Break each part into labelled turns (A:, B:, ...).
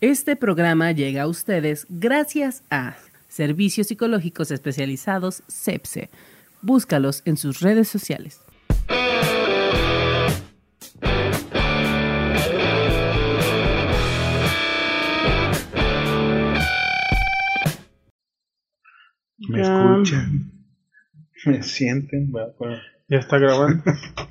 A: Este programa llega a ustedes gracias a Servicios Psicológicos Especializados CEPSE. Búscalos en sus redes sociales.
B: Me
C: Ya.
B: escuchan, me sienten. va, va.
D: Ya está grabando.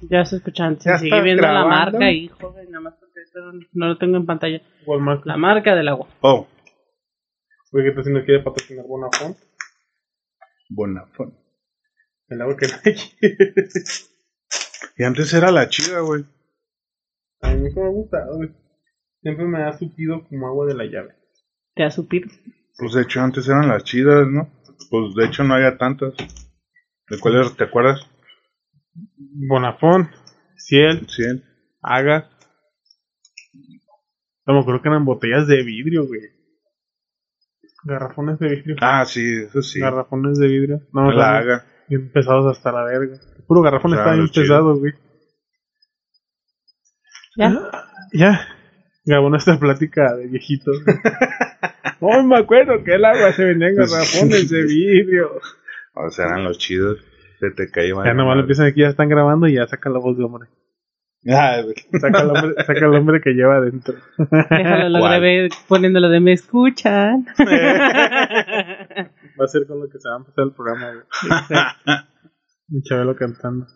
C: Ya se escuchan, se
B: ¿Ya
C: sigue
B: estás
C: viendo la
B: grabando?
C: marca y joven, nada más porque esto no- no lo tengo en pantalla.
D: Walmart.
C: La marca del agua.
B: Oh,
D: Oye, ¿qué tal si no quiere patrocinar Bonafont?
B: Bonafont.
D: El agua que nadie quiere.
B: Y antes era la chida, güey.
D: A mí nunca me ha gustado, güey. Siempre me ha supido como agua de la llave.
C: Te ha supido.
B: Pues de hecho antes eran las chidas, ¿no? Pues de hecho no había tantas. ¿De cuáles te acuerdas?
D: Bonafont, Ciel,
B: Sí.
D: Haga. No me acuerdo que eran botellas de vidrio, güey. Garrafones de vidrio.
B: Ah, sí, eso sí. La
D: Garrafones de vidrio. No, estaban
B: haga.
D: Bien pesados hasta la verga. El puro garrafón
B: Claro,
D: está bien
B: chido.
D: pesado, güey.
C: Ya.
D: Ah, Ya, grabó nuestra plática de viejitos. No me acuerdo que el agua se vendía en garrafones de vidrio.
B: O sea, eran los chidos. Se te caían.
D: Ya nomás lo empiezan aquí, ya están grabando y ya saca la voz de hombre.
B: Ah, güey.
D: Saca el hombre, saca el hombre que lleva adentro.
C: Déjalo, lo
B: ¿Cuál?
C: grabé poniéndolo de me escuchan.
D: Va a ser con lo que se va a empezar el programa. güey. Mi Chabelo cantando.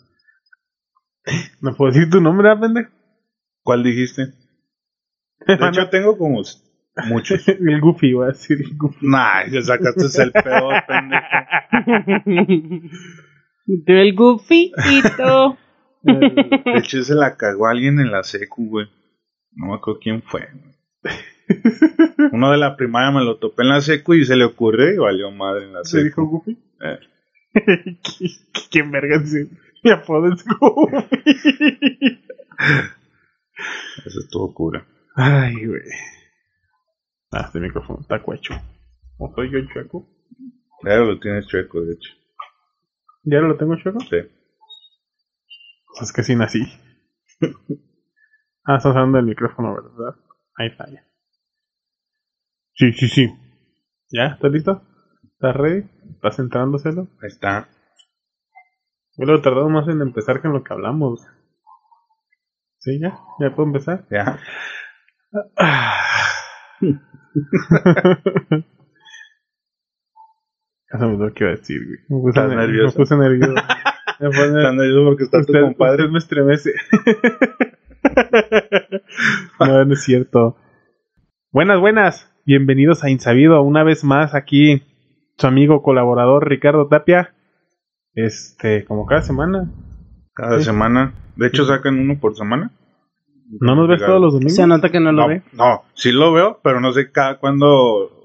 D: No puedo decir tu nombre, ah, pendejo.
B: ¿Cuál dijiste? De hecho tengo como s- muchos.
D: El Goofy, voy a decir el Goofy.
B: Nah, ya sacaste el peor, pendejo.
C: Tú el gufito.
D: El-
B: De hecho se la cagó alguien en la secu, güey. No me acuerdo quién fue. güey. Uno de la primaria me lo topé en la secu y se le ocurrió y valió madre en la
D: ¿Se
B: secu.
D: dijo Goofy?
B: Eh.
D: ¿Quién verga dice? Mi apodo es Goofy.
B: Eso estuvo cura.
D: Ay, güey. Ah, este micrófono está cuecho. ¿O soy yo chueco?
B: Ya lo tienes chueco, de hecho.
D: ¿Ya lo tengo chueco?
B: Sí.
D: Es que sí nací. ah, estás usando el micrófono, ¿verdad? Ahí está, ya. Sí, sí, sí. ¿Ya? ¿Estás listo? ¿Estás ready? ¿Estás entrándoselo?
B: Ahí está.
D: Yo lo he tardado más en empezar que en lo que hablamos. ¿Sí, ya? ¿Ya puedo empezar?
B: Ya.
D: Ya se me olvidó que iba a decir, güey. Me puse,
B: Estás
D: ner- me
B: nervioso.
D: puse nervioso. Me pone-
B: Está nervioso porque está
D: usted,
B: tu compadre.
D: usted me estremece. no, no es cierto. Buenas, buenas. Bienvenidos a Insabido. Una vez más aquí, su amigo colaborador Ricardo Tapia. Este, como cada semana.
B: Cada semana. De hecho, sacan uno por semana.
D: ¿No nos ves
B: Ricardo.
D: todos los domingos?
C: Se nota que no lo
B: No,
C: ve.
B: no, sí lo veo, pero no sé cada cuándo.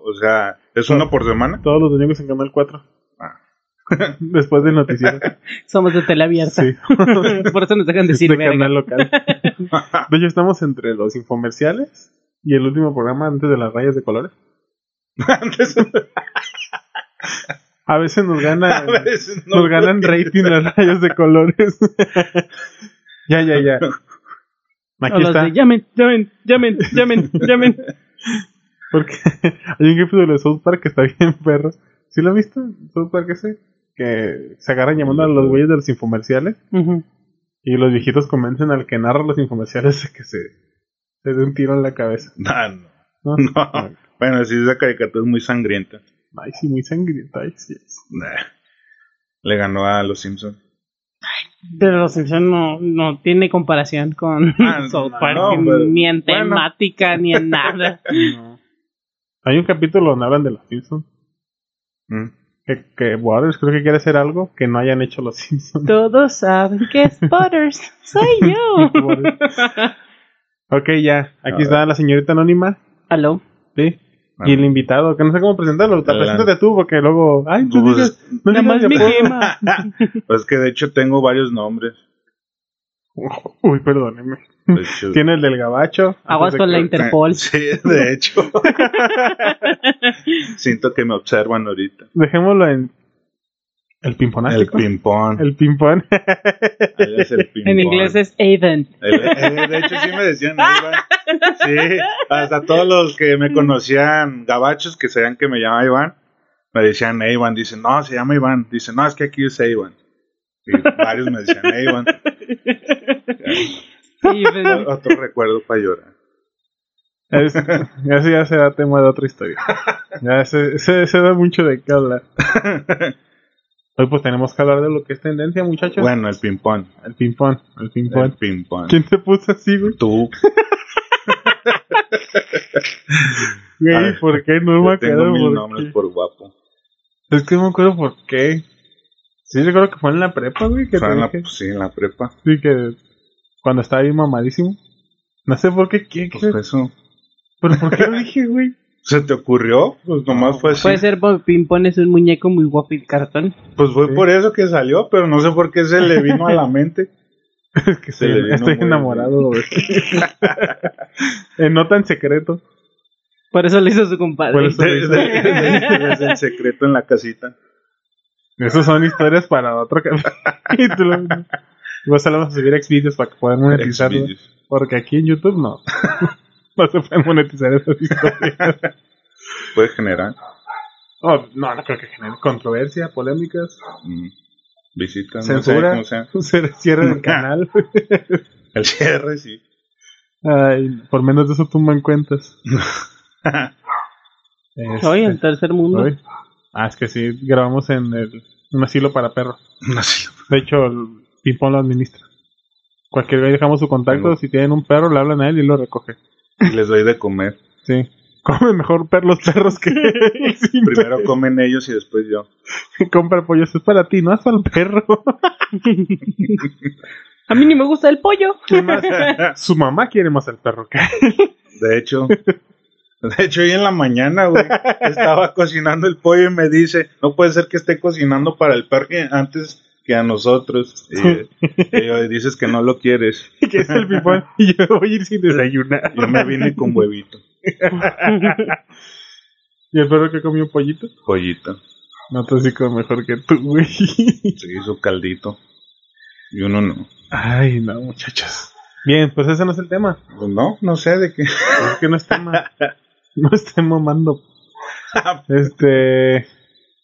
B: O sea, ¿es uno por semana?
D: Todos los domingos en Canal 4.
B: Ah.
D: Después del noticiero.
C: Somos de tele abierta.
D: sí.
C: Por eso nos dejan decir
D: de
C: verga.
D: canal local. De hecho, estamos entre los infomerciales y el último programa antes de las rayas de colores.
B: Antes
D: A veces nos ganan,
B: a veces no.
D: nos ganan rating las rayas de colores. ya, ya, ya.
C: O
D: Aquí
C: los
D: está.
C: de llamen, llamen, llamen, llamen, llamen.
D: Porque hay un capítulo de South Park que está bien perro. ¿Sí lo has visto? South Park ese. Que se agarran llamando a los güeyes de los infomerciales.
C: Ujú.
D: Y los viejitos convencen al que narra los infomerciales de que se, se dé un tiro en la cabeza.
B: Ah, no.
D: ¿no?
B: No. Bueno, sí, esa caricatura es muy sangrienta.
D: Ay, sí, muy sangrienta. Ay, sí.
B: Nah. Le ganó a los Simpsons.
C: Pero los Simpsons no, no tiene comparación con
B: Ah,
C: South
B: no,
C: Park,
B: pero-
D: pues,
C: ni en
B: bueno.
C: temática, ni en nada.
D: Hay un capítulo donde hablan de los Simpsons.
B: Mm.
D: Que, que Waters creo que quiere hacer algo que no hayan hecho los Simpsons.
C: Todos saben que es Butters, soy yo.
D: Waters. ok, ya.
B: A
D: Aquí
B: ver.
D: está la señorita anónima.
C: Aló,
D: Sí.
B: Bueno.
D: Y el invitado, que no sé cómo presentarlo. Te
B: Adelante.
D: preséntate tú, porque luego. Ay, no
B: Pues-
D: digas. No
C: nada más
D: digas mi
C: me
D: apodo.
C: quema.
B: Pues que de hecho tengo varios nombres.
D: Uy, perdóneme.
B: De hecho, eh,
D: Tiene el del gabacho.
C: Aguas
D: antes de
C: con
D: que-
C: la Interpol.
B: Sí, de hecho. Siento que me observan ahorita.
D: Dejémoslo en El pimponazo.
B: El ping-pong.
D: El pimpón.
B: Él es el ping-pong.
C: En inglés es Aiden.
B: El- eh, de hecho, sí me decían Iván. Sí, hasta todos los que me conocían, gabachos que sabían que me llamaba Iván, me decían Iván. Dicen, no, se llama Iván. Dicen, no, es que aquí es Iván. Y varios me decían Iván.
C: Aiden.
B: Otro recuerdo para llorar.
D: Es- ese ya será tema de otra historia. Ya se, se- se da mucho de qué hablar. Hoy pues tenemos que hablar de lo que es tendencia, muchachos.
B: Bueno, el ping-pong.
D: El ping-pong, el
B: El
D: ping-pong.
B: ping-pong.
D: ¿Quién te puso así, güey?
B: Tú.
D: Güey,
B: Ay,
D: ¿por qué? No me
B: Yo tengo
D: acuerdo
B: mil
D: por
B: nombres
D: qué.
B: por guapo.
D: Es que no me acuerdo por qué. Sí, recuerdo que fue en la prepa, güey, que
B: O sea,
D: te
B: en la-
D: dije.
B: pues, sí, en la prepa.
D: Sí, que cuando estaba bien mamadísimo. No sé por qué, qué,
B: Pues
D: qué-
B: por eso.
D: pero por qué lo dije, güey.
B: ¿Se te ocurrió? Pues nomás fue así.
C: Puede ser Bob Pimpón es un muñeco muy guapo y de cartón.
B: Pues fue
D: Sí.
B: por eso que salió, pero no sé por qué se le vino a la mente.
D: Es que
B: Se le
D: estoy,
B: vino
D: estoy
B: muy-
D: enamorado, güey. Eh, no tan secreto.
C: Por eso le hizo su compadre.
D: Por eso-
B: Desde, desde- desde el secreto en la casita.
D: Esas son historias para otro capítulo. Vos solo vamos a subir Xvideos para que puedan monetizarlo.
B: Xvideos.
D: Porque aquí en YouTube no. no se pueden monetizar esas historias.
B: Puede generar
D: Oh, no, no creo que genere controversia, polémicas,
B: mm, visitas,
D: censura.
B: no sé cómo sea.
D: se cierra el canal.
B: El cierre, sí.
D: Ay, por menos de eso tumban cuentas. Este,
C: Soy el tercer mundo.
D: hoy. Ah, es que sí, grabamos en el, un asilo para perros.
B: No sé.
D: De hecho, el Pimpón lo administra. Cualquier vez dejamos su contacto.
B: Bueno.
D: Si tienen un perro, le hablan a él y lo recoge.
B: Y Les doy de comer.
D: Sí. Come mejor per los perros que
B: Primero comen ellos y después yo.
D: compra pollos. Es para ti, no es para el perro.
C: A mí ni me gusta el pollo.
D: ¿Quién más? Su mamá quiere más al perro que
B: De hecho, de hecho, hoy en la mañana, güey, estaba cocinando el pollo y me dice, no puede ser que esté cocinando para el perro antes que a nosotros. Y, y yo, dices que no lo quieres.
D: que es el Pimpón. Y yo voy a ir sin desayunar.
B: Yo me vine con huevito,
D: ¿Y el perro que comió pollito?
B: pollito,
D: No, tú sí como mejor que tú, güey.
B: sí, su caldito. Y uno no.
D: Ay, no, muchachos. Bien, pues ese no es el tema.
B: Pues no, no sé de qué.
D: Es que no estén, ma- no estén mamando. Este.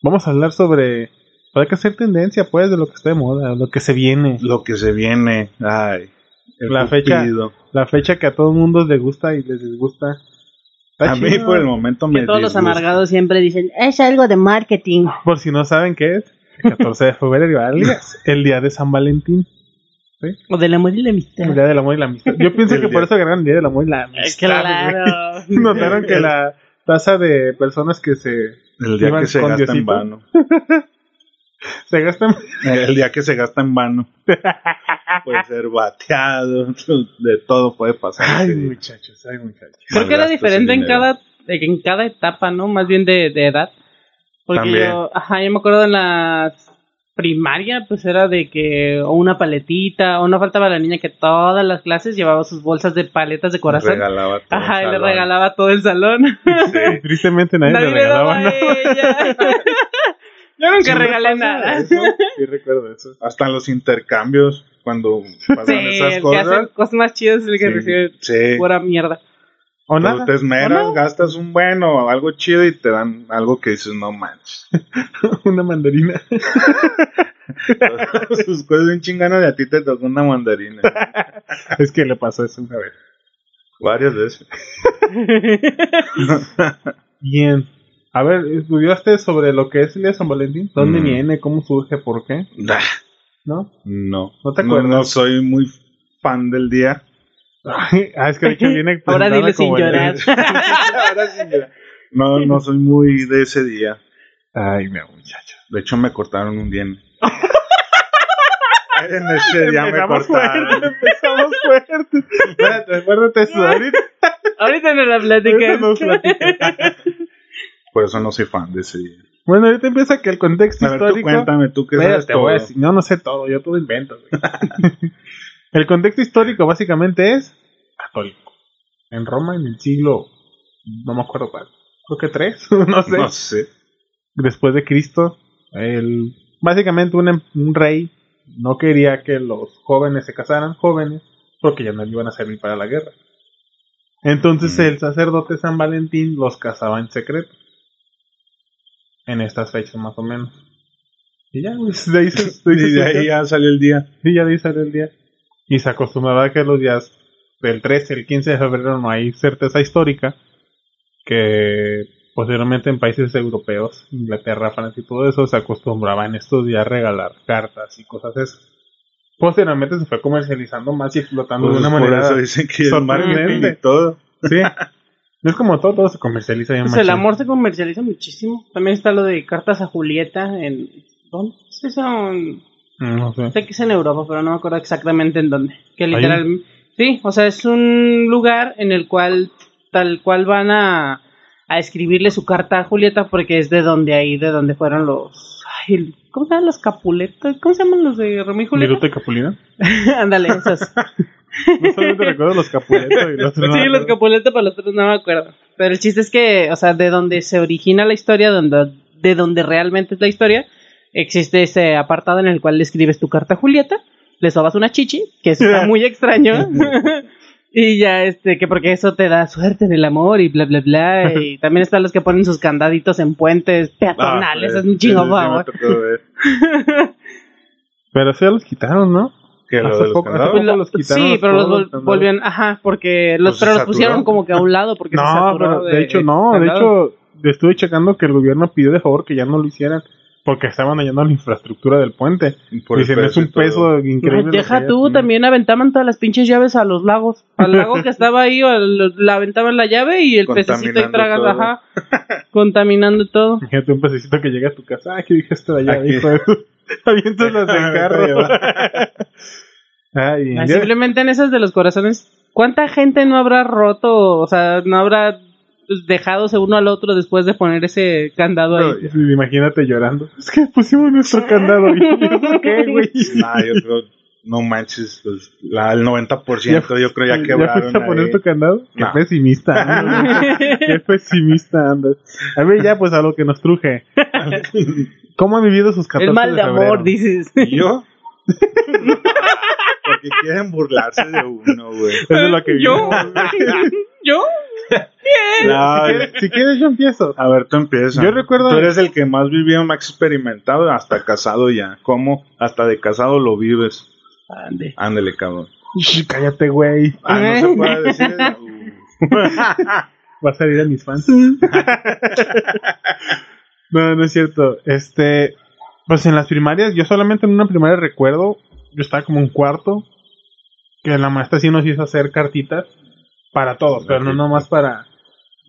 D: Vamos a hablar sobre. Hay que hacer tendencia, pues, de lo que está de moda, lo que se viene.
B: Lo que se viene. Ay. el
D: La fecha.
B: cupido.
D: La fecha que a todo el mundo les gusta y les disgusta. Está
B: A mí pues,
D: chido.
B: por el momento me
C: Que todos los
B: disgusta.
C: amargados siempre dicen, es algo de marketing.
D: Por si no saben qué es, el 14 de febrero, alias, el día de San Valentín,
C: O del amor y la amistad.
D: el día del amor y la amistad. Yo pienso
B: El
D: que
B: día-
D: por eso agregaron el día del amor y la
C: Eh,
D: amistad.
C: Claro.
D: güey. Notaron que la tasa de personas que se,
B: El día
D: Iban
B: que se
D: con
B: gasta en
D: Diosito.
B: vano.
D: se gastan
B: El día que se gasta en vano. Puede ser bateado, de todo puede pasar.
D: Ay,
B: ese día.
D: muchachos, ay, muchachos.
C: Creo que era
B: Malgastas
C: diferente en
B: dinero.
C: cada, en cada etapa, ¿no? Más bien de, de edad. Porque
B: También.
C: yo, ajá, yo me acuerdo en la primaria, pues era de que, o una paletita, o no faltaba la niña que todas las clases llevaba sus bolsas de paletas de corazón.
B: Regalaba todo
C: ajá,
B: el
C: y le
B: salón.
C: regalaba todo el salón.
B: Sí.
D: Tristemente nadie,
C: Nadie
D: le
C: le daba
D: regalaba
C: a
D: nada.
C: ella. Yo nunca regalé nada.
D: Eso, sí recuerdo eso.
B: Hasta en los intercambios, cuando pasan
C: Sí,
B: esas
C: el que hace
B: cosas.
C: cosas más chidas es el que recibe
B: sí.
C: pura mierda.
D: O
B: Pero
D: nada.
B: te
C: ¿O
B: esmeras,
C: nada?
B: gastas un bueno, algo chido y te dan algo que dices, no manches.
D: Una mandarina.
B: Sus cosas bien chinganas y a ti te tocó una mandarina.
D: es que le pasó eso una vez.
B: Varias veces.
D: Bien. A ver, ¿estudiaste sobre lo que es el día de San Valentín? ¿Dónde
B: Mm.
D: viene? ¿Cómo surge? ¿Por qué? ¿No?
B: No.
D: ¿No te
B: no,
D: acuerdas?
B: no soy muy fan del día.
D: ah, es que de hecho viene
C: Ahora
D: presentada
C: dile sin
D: como el-
C: llorar.
B: Ahora sí, mira. No, no soy muy de ese día.
D: Ay, no, muchachos.
B: De hecho, me cortaron un diente. en ese día me
D: Empezamos
B: cortaron.
D: fuerte, empezamos fuerte. Espérate, acuérdate eso. Ahorita
C: Ahorita no la platicas.
D: ahorita nos platicas.
B: Por eso no soy fan de ese día.
D: Bueno, ahorita empieza que el contexto
B: A ver, tú
D: histórico...
B: cuéntame, tú qué
D: Espera,
B: sabes
D: te voy a
B: todo.
D: decir, no, no sé todo, yo todo invento. güey. el contexto histórico básicamente es católico. En Roma, en el siglo, no me acuerdo cuál, creo que tres, no sé.
B: No sé.
D: Después de Cristo, el básicamente un, em- un rey no quería que los jóvenes se casaran jóvenes porque ya no le iban a servir para la guerra. Entonces
B: Mm.
D: el sacerdote San Valentín los casaba en secreto. En estas fechas más o menos. Y ya, güey, de ahí se- de ahí se-
B: Y de ahí ya salió el día.
D: Sí, ya dice el día. Y se acostumbraba a que los días del 13 al 15 de febrero no hay certeza histórica que posteriormente en países europeos, Inglaterra, Francia y todo eso, se acostumbraba en estos días a regalar cartas y cosas esas. Posteriormente se fue comercializando más y explotando
B: Pues
D: de una
B: por
D: manera.
B: eso dicen que el marketing y
D: sorprendente.
B: todo.
D: Sí. No es como todo, todo se comercializa bien
C: Pues
D: machín.
C: el amor se comercializa muchísimo. También está lo de cartas a Julieta en... ¿Dónde? es eso? En-
D: Mm, No sé.
C: Sé que es en Europa, pero no me acuerdo exactamente en dónde. Que
D: ¿Ahí?
C: literal... Sí, o sea, es un lugar en el cual tal cual van a, a escribirle su carta a Julieta porque es de donde ahí, de donde fueron los... ay, el- ¿Cómo se llaman los Capuletos? ¿Cómo se llaman los de Romeo y Julieta?
D: ¿Viruta y Capulina?
C: Ándale, esos.
D: No solamente recuerdo los Capuletos y los
C: sí, los Capuletos para los otros no me acuerdo. Pero el chiste es que, o sea, de donde se origina la historia, donde, de donde realmente es la historia, existe ese apartado en el cual le escribes tu carta a Julieta, le sobas una chichi, que eso está muy extraño. Y ya, este, que porque eso te da suerte en el amor y bla, bla, bla. Y también están los que ponen sus candaditos en puentes peatonales, es un chingo,
B: Sí, sí,
C: por
B: Ah, pues, sí,
C: favor.
B: me tocó ver
D: Pero eso ya los quitaron, ¿no?
B: que lo
D: Hace
B: de los
D: poco- hace
B: candados.
D: poco los quitaron,
C: Pues sí,
D: los
C: pero los
D: todos,
C: vol- volvieron, ajá, porque los,
B: Pues se
C: pero los
B: saturó.
C: pusieron como que a un lado porque se
D: No,
C: saturó
D: pero de, hecho no, de
C: candados.
D: hecho estuve checando que el gobierno pidió de favor que ya no lo hicieran porque estaban dañando la infraestructura del puente.
B: Por el
D: Dicen, es un
B: y todo.
D: peso
C: Ay,
D: increíble. lo que
C: deja
D: ya
C: tú,
D: tienen".
C: también aventaban todas las pinches llaves a los lagos. Al lago que estaba ahí, o al- la aventaban la llave y el pececito ahí
B: Contaminando
C: tragas,
B: todo.
C: ajá, contaminando todo.
D: Imagínate un pececito que llega a tu casa. Ah, que dije esta de allá,
B: Aquí.
D: hijo de tu- Avientas las del carro. Ay,
C: Ay,
D: ya-
C: Simplemente en esas de los corazones, ¿cuánta gente no habrá roto, o sea, no habrá pues, dejadose uno al otro después de poner ese candado
B: Pero
C: ahí?
B: ya.
D: sí, imagínate llorando. Es que pusimos nuestro candado. ¿Y eso qué, güey?
B: Nah, yo creo, no manches, pues, la, el 90% yo creo ya
D: ¿Ya
B: quebraron.
D: fuiste a poner
B: ahí.
D: tu candado? Qué
B: No.
D: pesimista andas. Qué pesimista andas. A ver, ya pues a lo que nos truje. ¿Cómo han vivido sus 14
C: El mal de
D: febrero?
C: amor, dices.
B: ¿Y yo? Porque quieren burlarse de uno, güey.
D: Es de lo que
C: ¿Yo?
D: vivimos.
C: ¿Yo?
B: No,
D: Si quieres- Si quieres, yo empiezo.
B: a ver, tú empiezas.
D: Yo recuerdo-
B: Tú eres el que más vivió, más experimentado, hasta casado ya. ¿Cómo? Hasta de casado lo vives.
C: Ande.
B: Ándele, cabrón.
D: Shh, Cállate, güey.
B: Ah, no se
C: Eh.
B: puede decir. Uh.
D: Va a salir a mis fans. no, no es cierto. Este, pues en las primarias, yo solamente en una primaria recuerdo, yo estaba como un cuarto, que la maestra sí nos hizo hacer cartitas para todos, pero no nomás para...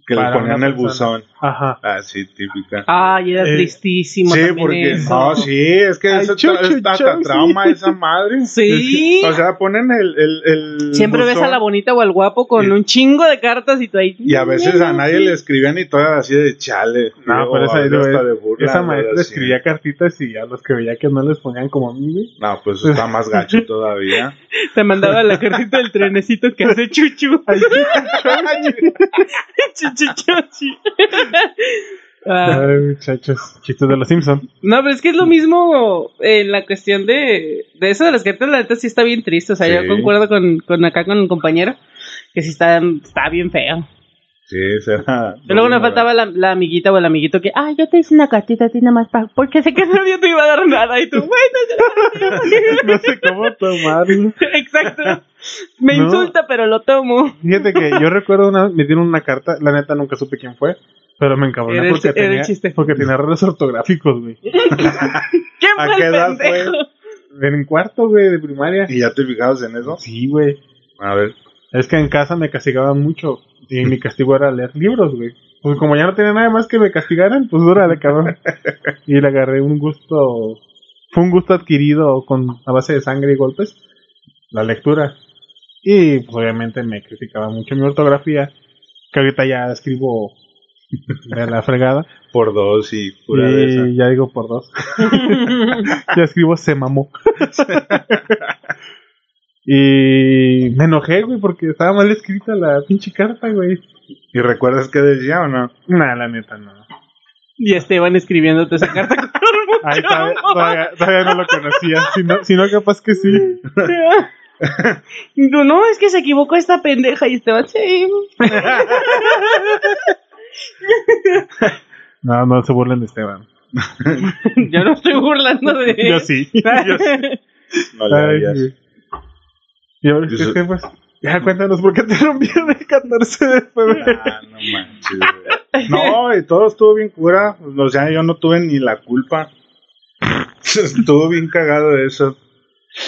B: Que le
D: Para
B: ponían
D: una
B: el
D: persona.
B: buzón.
D: Ajá.
B: Ah, sí, típica.
C: Ay, era
D: Eh, ah,
C: tristísimo.
B: Sí,
C: también
B: porque.
C: eso.
B: No, sí, es que
D: Ay,
B: eso
D: chu,
B: ta- es
D: chu,
B: hasta
D: chu,
B: trauma
D: sí.
B: esa madre.
C: Sí.
B: O sea, ponen el. el, el
C: Siempre ves a
B: buzón
C: la bonita o al guapo con
B: Y-
C: un chingo de cartas y tú ahí.
B: Y a veces a nadie le escribían y todas así de chale.
D: No,
B: O
D: pero
B: a
D: esa,
B: veces
D: digo, eh,
B: hasta de burla,
D: esa
B: güey,
D: maestra
B: así.
D: escribía cartitas y a los que veía que no les ponían como a mí, güey,
B: No, pues está más gacho todavía.
C: Te mandaba la cartita del trenecito que hace chuchu. Chuchuchuchi. Ah,
D: Ay, muchachos, chistes de los Simpson.
C: no, pero es que es lo mismo en la cuestión de, de eso de las cartas. La neta sí está bien triste. O sea,
B: Sí.
C: yo concuerdo con, con acá con el compañero que sí está, está bien feo.
B: Sí,
D: Ah,
B: será.
C: Y luego nos faltaba la, la amiguita o el amiguito que, ay, yo te hice una cartita a ti nada más pa- porque sé que nadie te iba a dar nada. Y tú, bueno,
D: No sé cómo tomarlo.
C: exacto. Me
D: No.
C: insulta, pero lo tomo.
D: Fíjate que yo recuerdo una, me dieron una carta, la neta nunca supe quién fue, pero me encabroné
C: Era el
D: porque,
C: chi- era el
D: tenía,
C: chiste.
D: porque tenía errores ortográficos, güey.
C: ¿Quién
B: ¿A
C: fue
B: qué
C: el
B: edad fue?
C: pendejo?
D: En cuarto, güey, de primaria.
B: ¿Y ya te fijabas en eso?
D: Sí, güey.
B: A ver.
D: Es que en casa me castigaban mucho y mi castigo era leer libros, güey. Pues como ya no tenía nada más que me castigaran, pues dura de cabrón. Y le agarré un gusto, fue un gusto adquirido con a base de sangre y golpes, la lectura. Y pues obviamente me criticaba mucho mi ortografía, que ahorita ya escribo de la fregada.
B: Por dos y pura de esa.
D: Y ya digo por dos. ya escribo se mamó. y me enojé, güey, porque estaba mal escrita la pinche carta, güey.
B: ¿Y recuerdas qué decía o no?
D: Nah, la neta, no.
C: Y Esteban escribiéndote esa carta con un
D: Ay, todavía, todavía- todavía no lo conocía. Si no, si no, capaz que sí.
C: Y tú, no, es que se equivocó esta pendeja y Esteban, sí.
D: No, no se burlen de Esteban.
C: Yo no estoy burlando de
D: Yo sí.
B: Yo sí, no le
D: Ay,
B: harías.
D: güey. y ahora,
B: Yo soy-
D: ¿qué pues? Ya, cuéntanos, ¿por qué te rompieron el 14 de febrero?
B: Ah, no manches, güey. No, y todo estuvo bien cura. O sea, yo no tuve ni la culpa. Estuvo bien cagado eso.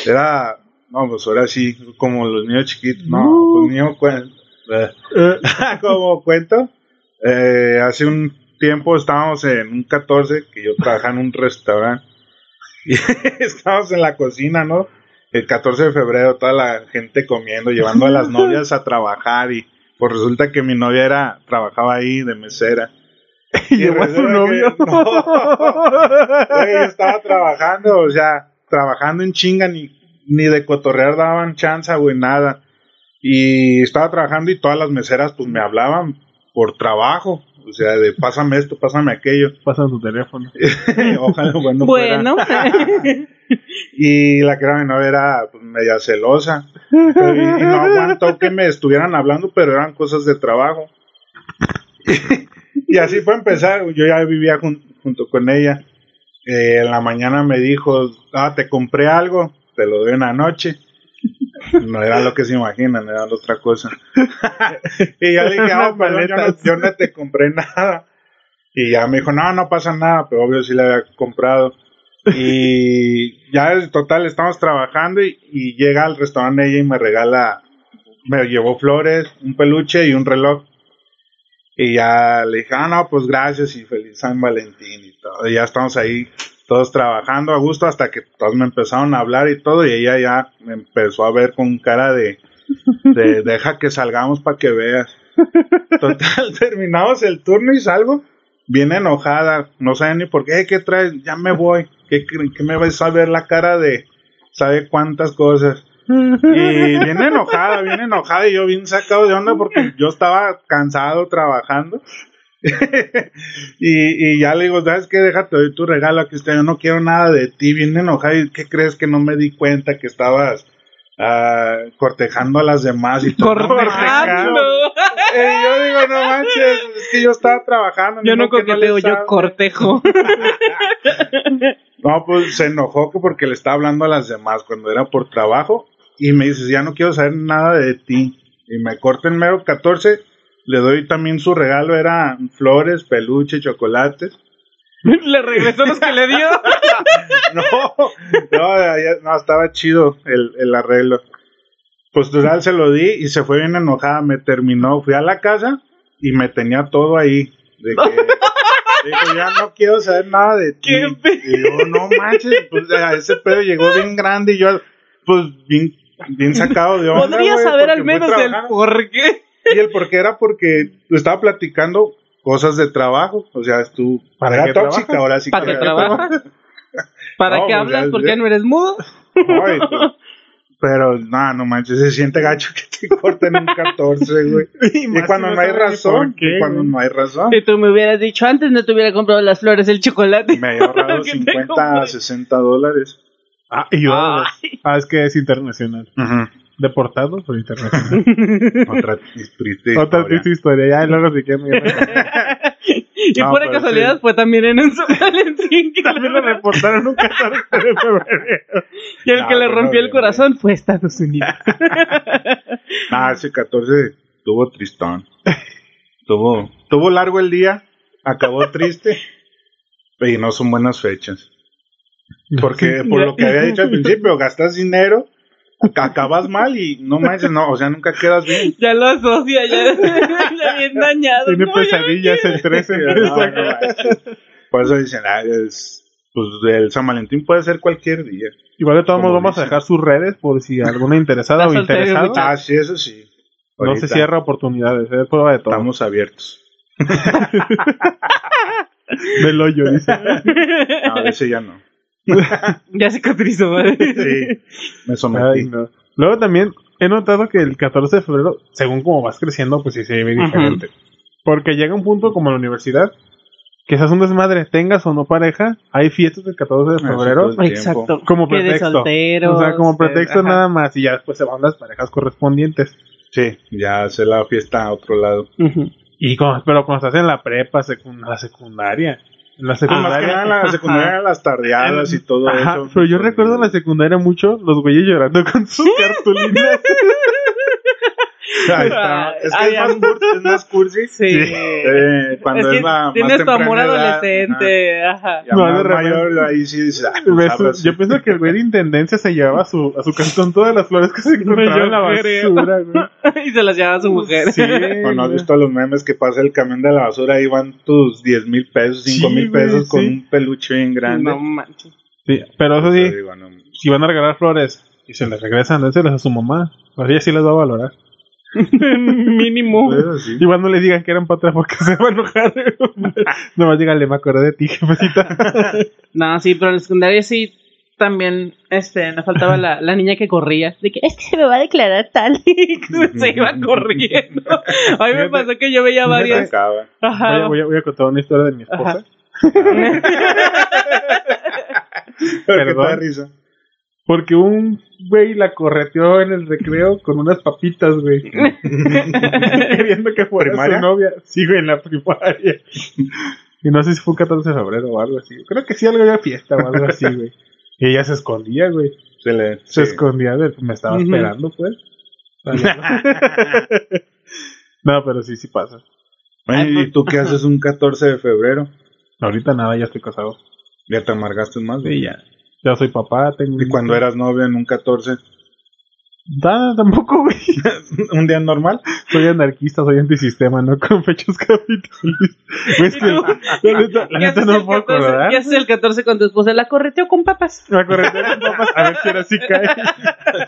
B: Era, no, pues ahora sí, como los niños chiquitos. No, pues
D: No.
B: los niños cuen- eh, como cuento, eh, hace un tiempo estábamos en un 14 que yo trabajaba en un restaurante y estábamos en la cocina, ¿no? El 14 de febrero, toda la gente comiendo, llevando a las novias a trabajar y pues resulta que mi novia era trabajaba ahí de mesera.
D: Y llevó a su
B: resulta que-
D: novio.
B: Güey, yo estaba trabajando, o sea, trabajando en chinga, ni, ni de cotorrear daban chance, güey, nada. Y estaba trabajando y todas las meseras, pues me hablaban por trabajo, o sea, de pásame esto, pásame aquello.
D: Pasan tu teléfono.
B: Ojalá, bueno, fuera.
C: Bueno,
B: Y la que era mi novia era pues, media celosa. Pero- y, y no aguantó que me estuvieran hablando, pero eran cosas de trabajo. y así fue empezar. Yo ya vivía jun- junto con ella. Eh, en la mañana me dijo, ah, te compré algo, te lo doy en la noche. No era lo que se imaginan, era otra cosa. y yo le dije, ah,
D: Unas
B: perdón, yo no,
D: maletas.
B: yo no te compré nada. Y ya me dijo, no, no pasa nada, pero obvio sí le había comprado. Y ya en total estamos trabajando y, y llega al restaurante ella y me regala, me llevó flores, un peluche y un reloj. Y ya le dije, ah, no, pues gracias y feliz San Valentín y todo. Y ya estamos ahí todos trabajando a gusto hasta que todos me empezaron a hablar y todo y ella ya me empezó a ver con cara de, de deja que salgamos para que veas. Total, terminamos el turno y salgo bien enojada, no sabe ni por qué, "Eh, ¿qué traes? Ya me voy, ¿qué, cre- qué me vais a ver la cara de sabe cuántas cosas? Y bien enojada, bien enojada y yo bien sacado de onda porque yo estaba cansado trabajando. y, y ya le digo, ¿sabes qué? Déjate doy tu regalo aquí, usted, yo no quiero nada de ti, bien enojada. ¿Y qué crees que no me di cuenta que estabas ah, cortejando a las demás? y todo?
C: cortejando.
B: Eh, yo digo, no manches, es que yo estaba trabajando.
C: Yo
B: ni
C: no
B: modo que le
C: coqueteo, yo
B: sabe.
C: cortejo.
B: No, pues se enojó que porque le estaba hablando a las demás cuando era por trabajo y me dice, ya no quiero saber nada de ti. Y me corta en mero 14, le doy también su regalo, era flores, peluche, chocolates.
C: Le regresó los que le dio.
B: No, no, ya- no, estaba chido el, el arreglo. Pues total se lo di y se fue bien enojada, me terminó, fui a la casa y me tenía todo ahí. De que, dijo, ya no quiero saber nada de ti.
C: Qué pe-
B: Y yo, no manches, pues a ese pedo llegó bien grande y yo, pues bien, bien sacado de onda.
C: Podría
B: güey,
C: saber
B: porque
C: al
B: fui
C: menos el
B: trabajando.
C: por qué.
B: Y el por qué era porque estaba platicando cosas de trabajo, o sea, es tú,
D: ¿Para
B: era
D: qué
B: tóxica,
D: trabajas?
B: ahora sí
C: ¿Para qué
B: era-
C: trabajas? ¿Para
B: No,
C: qué
B: pues,
C: hablas?
B: ya-
C: ¿Por
B: ya-
C: qué no eres mudo?
B: Ay, pero- pero no, no manches, se siente gacho que te corten un 14, güey. Y
D: más
B: cuando
D: si
B: no hay
D: saben ni
B: razón,
D: por qué,
B: y cuando
D: güey.
B: no hay razón,
C: Si tú me hubieras dicho antes, no te hubiera comprado las flores, el chocolate.
B: me había ahorrado
C: Que te
B: 50
C: compren.
B: a 60 dólares.
D: Ah, y yo.
C: Ay.
D: Ah, es que es internacional. Deportado por internacional.
B: Otra triste
D: Otra
B: historia.
D: triste historia. Ya, luego si quieren. ya me-
C: Y
B: No,
C: pura
B: pero
C: casualidad
B: sí.
C: fue también en un San Valentín que,
D: También lo
C: le-
D: reportaron un 14 de febrero.
C: que el
B: No,
C: que le
B: pero
C: rompió el
B: bien,
C: corazón fue Estados Unidos.
B: Ah, ese 14 tuvo tristón. tuvo, tuvo largo el día, acabó triste. Y no son buenas fechas. Porque por lo que había dicho al principio, gastas dinero, acabas mal y no manches, no, o sea, nunca quedas bien.
C: Ya lo asocia, ya, ya bien dañado.
D: Tiene
C: No, ya-
D: pesadillas el 13.
B: No, no manches. Por eso dicen, ah, es- pues el San Valentín puede ser cualquier día.
D: Igual de todos modos
B: Como
D: vamos a
B: dicen.
D: dejar sus redes por si alguna interesada
C: Está
D: o
C: soltero,
D: interesado.
C: muchacho.
B: Ah, sí, eso sí.
D: No
B: Ahorita
D: se cierra oportunidades, es prueba de todo.
B: Estamos abiertos.
D: Del hoyo, dice.
B: A veces ya no.
C: Ya cicatrizó, madre.
B: Sí, me
D: Ay,
B: sometí.
D: no. Luego también he notado que el 14 de febrero, según como vas creciendo, pues sí se ve diferente. Porque llega un punto como en la universidad que seas un desmadre, tengas o no pareja, hay fiestas del 14 de
B: Eso
D: febrero.
B: todo el tiempo.
C: Exacto.
D: Como
C: Que de
D: pretexto.
C: solteros,
D: o sea, como
C: que-
D: pretexto
C: este, ajá.
D: nada más y ya después se van las parejas correspondientes.
B: Sí, ya hacer la fiesta a otro lado.
C: Ujú.
D: Y con- pero cuando estás en la prepa, secund- la secundaria. En
B: Ah,
D: la
B: más que
D: secundaria.
B: nada la secundaria, las tardeadas y todo
D: Ajá,
B: eso. pues,
D: pero yo recuerdo en la secundaria mucho los güeyes llorando con sus cartulinas.
B: Ahí está. Es que
C: Ay,
B: es más,
C: am-
B: cursi, es más cursi.
C: Sí.
B: Eh, cuando es,
C: es que
B: la más
C: tienes tu amor
B: temprana edad, ajá,
C: adolescente. Ajá.
B: Ya
D: No,
B: más
D: de repente-
B: mayor, ahí sí dices, ah, pues,
D: Ves,
B: ábrase.
D: Yo pienso que el güey de intendencia se llevaba a su, a su cantón todas las flores que se encontraban en la
C: yo creo.
D: basura, güey.
C: y se las lleva a su mujer.
D: Sí,
B: ¿O no has
D: güey.
B: visto los memes que pasa el camión de la basura? y van tus 10 mil pesos, 5
D: Sí,
B: mil
D: güey,
B: pesos con
D: sí.
B: un peluche bien grande.
C: No manches.
D: Sí, pero eso
B: Entonces
D: sí,
B: digo, no,
D: si van a regalar flores y se les regresan, dénselas a su mamá. Pues ella sí las va a valorar.
C: Mínimo.
B: pues, así.
D: Igual no le digan que eran para atrás porque se va a enojar. güey. Nomás díganle, me acordé de ti, jefecita.
C: No, sí, pero en la secundaria sí también este, nos faltaba la, la niña que corría. De que es que se me va a declarar tal. Y se iba corriendo. A mí me
D: Fíjate.
C: pasó que yo veía
B: Se
C: varias.
B: acaba.
C: Ajá.
D: Voy a, voy a- voy a contar una historia de mi esposa.
C: Ajá.
B: Pero
D: Perdón.
B: qué te da risa.
D: Porque un güey la correteó en el recreo con unas papitas, güey. Queriendo que fuera
B: ¿Primaria?
D: su novia. Sí, güey, en la primaria. Y no sé si fue un 14 de febrero o algo así. Creo que sí, algo de fiesta o algo así, güey. Y ella se escondía, güey.
B: Se le.
D: Se
B: sí.
D: escondía del... Me estaba
C: Ujú.
D: esperando, pues. no, pero sí, sí pasa.
B: Oye, ¿Y tú qué haces un 14 de febrero?
D: Ahorita nada, ya estoy casado.
B: Ya te amargaste más. güey.
D: Sí, ya. Ya soy papá, tengo... un
B: Y
D: hijo.
B: cuando eras novio en un 14,
D: Nada, tampoco, güey.
B: un día normal.
D: soy anarquista, soy antisistema, no con fechas capitalistas. Güey, es que
C: ¿Y tú?
D: la neta, la
C: ¿Qué
D: neta
C: haces
D: no
C: el
D: puedo
C: 14?
D: acordar.
C: ¿Qué haces el 14 con tu esposa? La correteo con papas.
D: Me acordé de las papas, a ver si ahora sí cae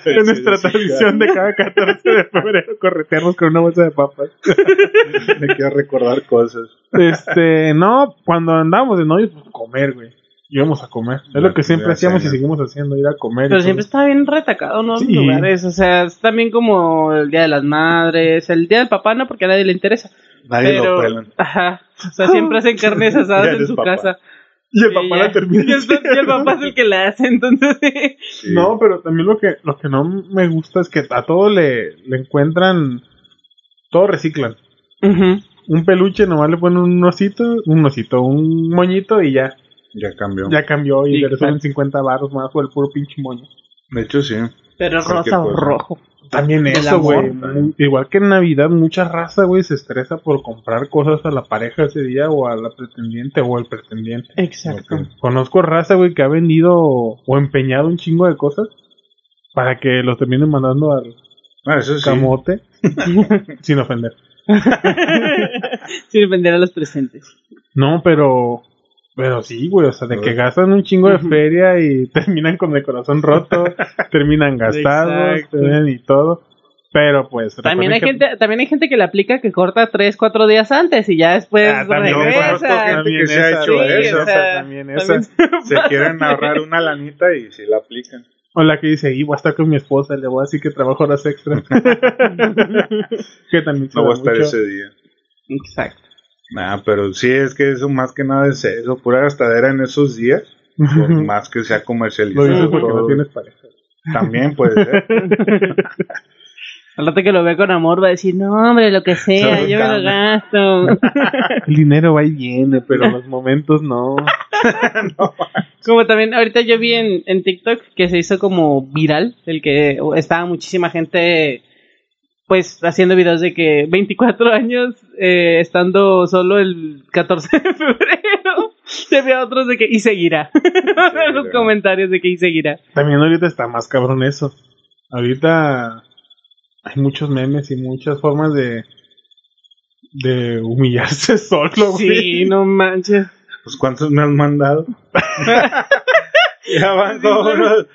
D: en nuestra
B: Sí, sí,
D: tradición de cada 14 de febrero corretearnos con una bolsa de papas.
B: ya. Me quiero recordar cosas.
D: Este, no, cuando andábamos de novios, pues comer, güey. Íbamos a comer. Es lo
B: La
D: que siempre
B: primera
D: hacíamos y
B: cena.
D: seguimos haciendo, ir a comer. y
C: Pero
D: todo.
C: siempre estaba bien retacado, ¿no? Los
D: Sí.
C: lugares. O sea, es también como el Día de las Madres, el Día del Papá, no, porque a nadie le interesa.
B: Nadie
C: pero,
B: lo pelan.
C: Ajá. O sea, siempre hacen carnes asadas
B: Ya
C: en
B: eres
C: su
B: papá.
C: casa.
D: Y el
C: Sí,
D: papá
C: ya.
D: la termina.
C: Y el, y el papá es el que la hace, entonces.
B: Sí.
D: No, pero también lo que, lo que no me gusta es que a todo le, le encuentran, todo reciclan.
C: Ujú.
D: un peluche, nomás le ponen un osito, un osito, un moñito y ya.
B: Ya cambió.
D: Ya cambió y
C: Sí,
D: le resuelven
C: exacto.
D: 50 baros más por el puro pinche moño.
B: De hecho, sí.
C: Pero es
B: Cualquier
C: rosa o
B: cosa.
C: rojo.
D: También
C: El
D: eso,
C: amor.
D: güey. Mu- Igual que en Navidad, mucha raza, güey, se estresa por comprar cosas a la pareja ese día o a la pretendiente o al pretendiente.
C: Exacto.
B: Ok.
D: Conozco raza, güey, que ha vendido o empeñado un chingo de cosas para que los terminen mandando al
B: Ah, eso sí.
D: camote sin ofender.
C: Sin vender a los presentes.
D: No, pero. Pero sí, güey, o sea, de que gastan un chingo de
C: Ujú.
D: feria y terminan con el corazón roto, terminan gastados
C: Exacto.
D: terminan y todo. Pero pues.
C: También hay,
D: recuerden que-
C: gente, también hay gente que la aplica que corta 3, 4 días antes y ya después
D: Ah, también,
B: regresa.
D: conozco
C: regresa.
D: gente
B: que se ha
D: esa,
B: hecho
D: también
B: eso.
D: esa,
C: O sea,
D: también esa.
C: También-
B: Se quieren ahorrar una lanita y si la aplican.
D: O la que dice, y voy a estar con mi esposa, le voy a decir que trabajo horas extras. que también se
B: No
D: da
B: va a estar
D: mucho.
B: ese día.
C: Exacto.
B: Nah, pero sí, es que eso más que nada es eso. Pura gastadera en esos días. Por más que sea
D: Lo
B: comercializado.
D: dices porque
B: todo.
D: no tienes pareja.
B: También puede ser.
C: Al rato que lo ve con amor va a decir, no, hombre, lo que sea,
B: Solo
C: yo me lo
B: cambia.
C: gasto.
D: El dinero va y viene, pero los momentos no.
C: Como también, ahorita yo vi en, en TikTok que se hizo como viral, el que estaba muchísima gente, pues, haciendo videos de que 24 años eh, estando solo el 14 de febrero. Y había otros de que, y seguirá. en los
B: seguirá.
C: comentarios de que, y seguirá.
D: También ahorita está más cabrón eso. Ahorita hay muchos memes y muchas formas de de humillarse solo, güey.
C: Sí, no manches.
B: Pues cuántos me han mandado. ya van como unos-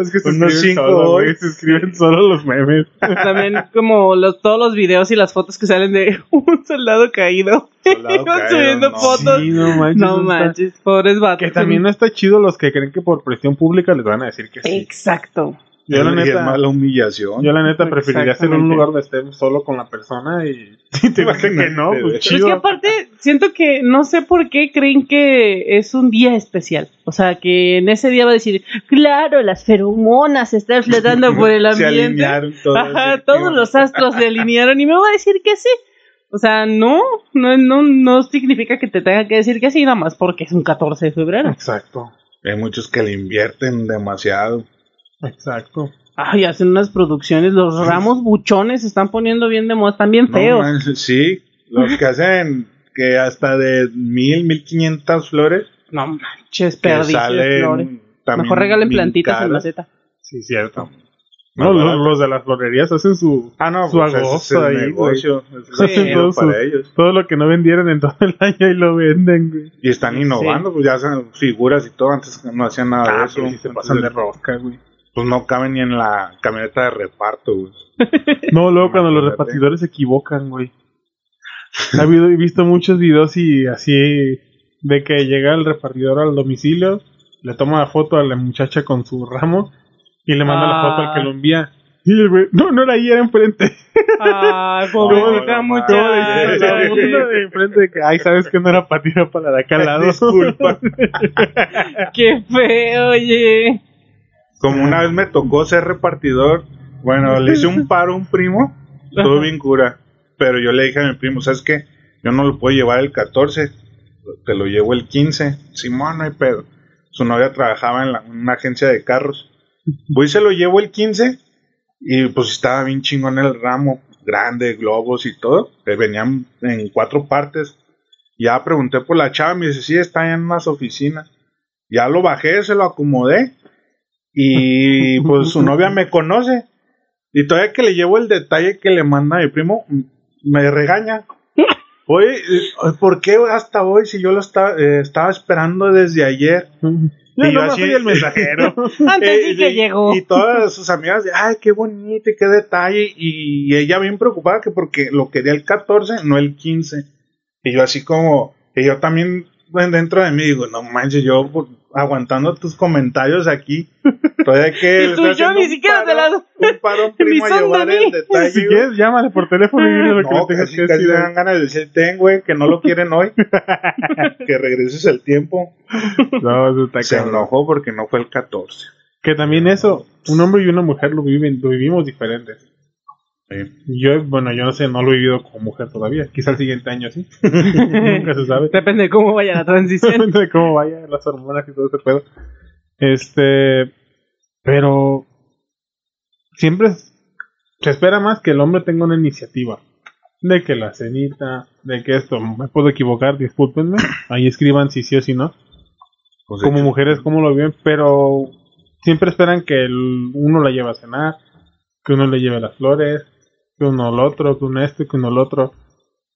D: Es que se
B: Unos
D: escriben
B: cinco
D: solo, güey,
B: hoy.
D: Se escriben solo los memes.
C: También como los, todos los videos y las fotos que salen de un soldado caído.
B: Soldado
C: Iban
B: caído,
C: subiendo
B: no.
C: fotos.
D: Sí, no manches.
C: No
D: eso está-
C: manches, pobres vatos.
D: Que también no está chido los que creen que por presión pública les van a decir que sí.
C: Exacto.
D: Yo la
B: Y es
D: neta-
B: mala humillación.
D: Yo la neta preferiría hacer un
C: Exactamente.
D: lugar donde esté solo con la persona y si te dicen que no, pues
C: Pero es que
D: chido.
C: aparte, siento que no sé por qué creen que es un día especial. O sea, que en ese día va a decir, claro, las feromonas están flotando por el
B: Se
C: ambiente.
B: alinearon todos.
C: Ajá, todos los astros se alinearon y me va a decir que sí. O sea, no, no, no, no significa que te tenga que decir que sí, nada más porque es un 14 de febrero.
D: Exacto,
B: Hay muchos que le invierten demasiado.
D: exacto.
C: Ay, hacen unas producciones, los ramos buchones se están poniendo bien de moda, están bien
B: No
C: feos.
B: manches, sí, los que hacen que hasta de mil, mil quinientas flores
C: No manches,
B: que
C: perdices,
B: salen
C: flores.
B: también
C: Mejor regalen
B: bien
C: plantitas en
B: caras.
C: maceta.
D: Sí, cierto.
B: Más
D: No, los,
B: barato.
D: los de las florerías hacen su
B: Ah, no,
D: su
B: pues ese es el
D: agosto ahí, güey.
B: negocio. es
D: Hacen
B: dinero
D: todos
B: para
D: sus-
B: ellos.
D: todo lo que no vendieron en todo el año y lo venden, güey.
B: Y están innovando, pues ya hacen figuras y todo. Antes no hacían nada de eso.
D: Ah, pero sí se
B: Antes
D: pasan de
B: de-
D: rosca, güey.
B: pues no caben ni en la camioneta de reparto, güey.
D: No, luego cuando los
B: Imagínate.
D: repartidores se equivocan, güey. Ha habido- He visto muchos videos y así de que llega el repartidor al domicilio, le toma la foto a la muchacha con su ramo y le manda la foto al que lo envía. Y el güey, no, no era ahí, era enfrente.
C: Ay, pobrecita
B: No, no,
C: Ah,
D: Todo
C: muchacha.
B: no,
D: mundo de enfrente de que, ay, sabes que no era para ti, era para la de acá al lado.
B: Disculpa.
C: Qué feo, oye.
B: Como una vez me tocó ser repartidor, bueno, le hice un paro a un primo, todo
C: Ajá.
B: bien cura. Pero yo le dije a mi primo, ¿sabes qué? Yo no lo puedo llevar el 14, te lo llevo el 15. Simón, no hay pedo. Su novia trabajaba en la- una agencia de carros. Voy y se lo llevo el 15 y pues estaba bien chingón el ramo, grande, globos y todo. Eh, Venían en cuatro partes. Ya pregunté por la chava, me dice, sí, está en unas oficinas. Ya lo bajé, se lo acomodé. Y pues su novia me conoce. Y todavía que le llevo el detalle que le manda mi primo, m- me regaña. Oye, eh, ¿por qué hasta hoy si yo lo estaba, eh, estaba esperando desde ayer?
D: Yo
B: y yo
D: nomás
B: así,
D: soy el mensajero.
C: Antes
B: Eh,
C: sí que
B: y-
C: llegó.
B: Y todas sus amigas, ay, qué bonito y qué detalle. Y ella bien preocupada que porque lo quería el 14, no el 15. Y yo así como, y yo también bueno, dentro de mí digo, no manches, yo por- aguantando tus comentarios aquí. Todavía que...
C: Y
B: le
C: tú,
B: estoy
C: yo
B: haciendo
C: ni
B: un
C: siquiera te la-
B: Un paro primo a
C: son de
B: llevar el
C: mí.
B: detalle.
D: si quieres, llámale por teléfono y dile lo que
B: No,
D: le tengas
B: casi,
D: que
B: casi
D: decir.
B: dan ganas de decir, ten, güey, que no lo quieren hoy. que regreses el tiempo.
D: No, eso está
B: Se
D: cabrón.
B: enojó porque no fue el 14.
D: Que también eso, un hombre y una mujer lo viven, lo vivimos diferentes.
B: Sí.
D: Yo, bueno, yo no sé, no lo he vivido como mujer todavía. Quizá el siguiente año sí. Nunca se sabe.
C: Depende de cómo vaya la transición.
D: Depende de cómo vaya las hormonas y todo ese pedo. Este. Pero. Siempre es- se espera más que el hombre tenga una iniciativa. De que la cenita, de que esto, me puedo equivocar, discúlpenme. Ahí escriban si sí o si no.
B: Pues,
D: como
B: de hecho,
D: mujeres cómo lo viven, pero siempre esperan que el- uno la lleve a cenar, que uno le lleve las flores, que uno al otro, que uno esto, que uno al otro.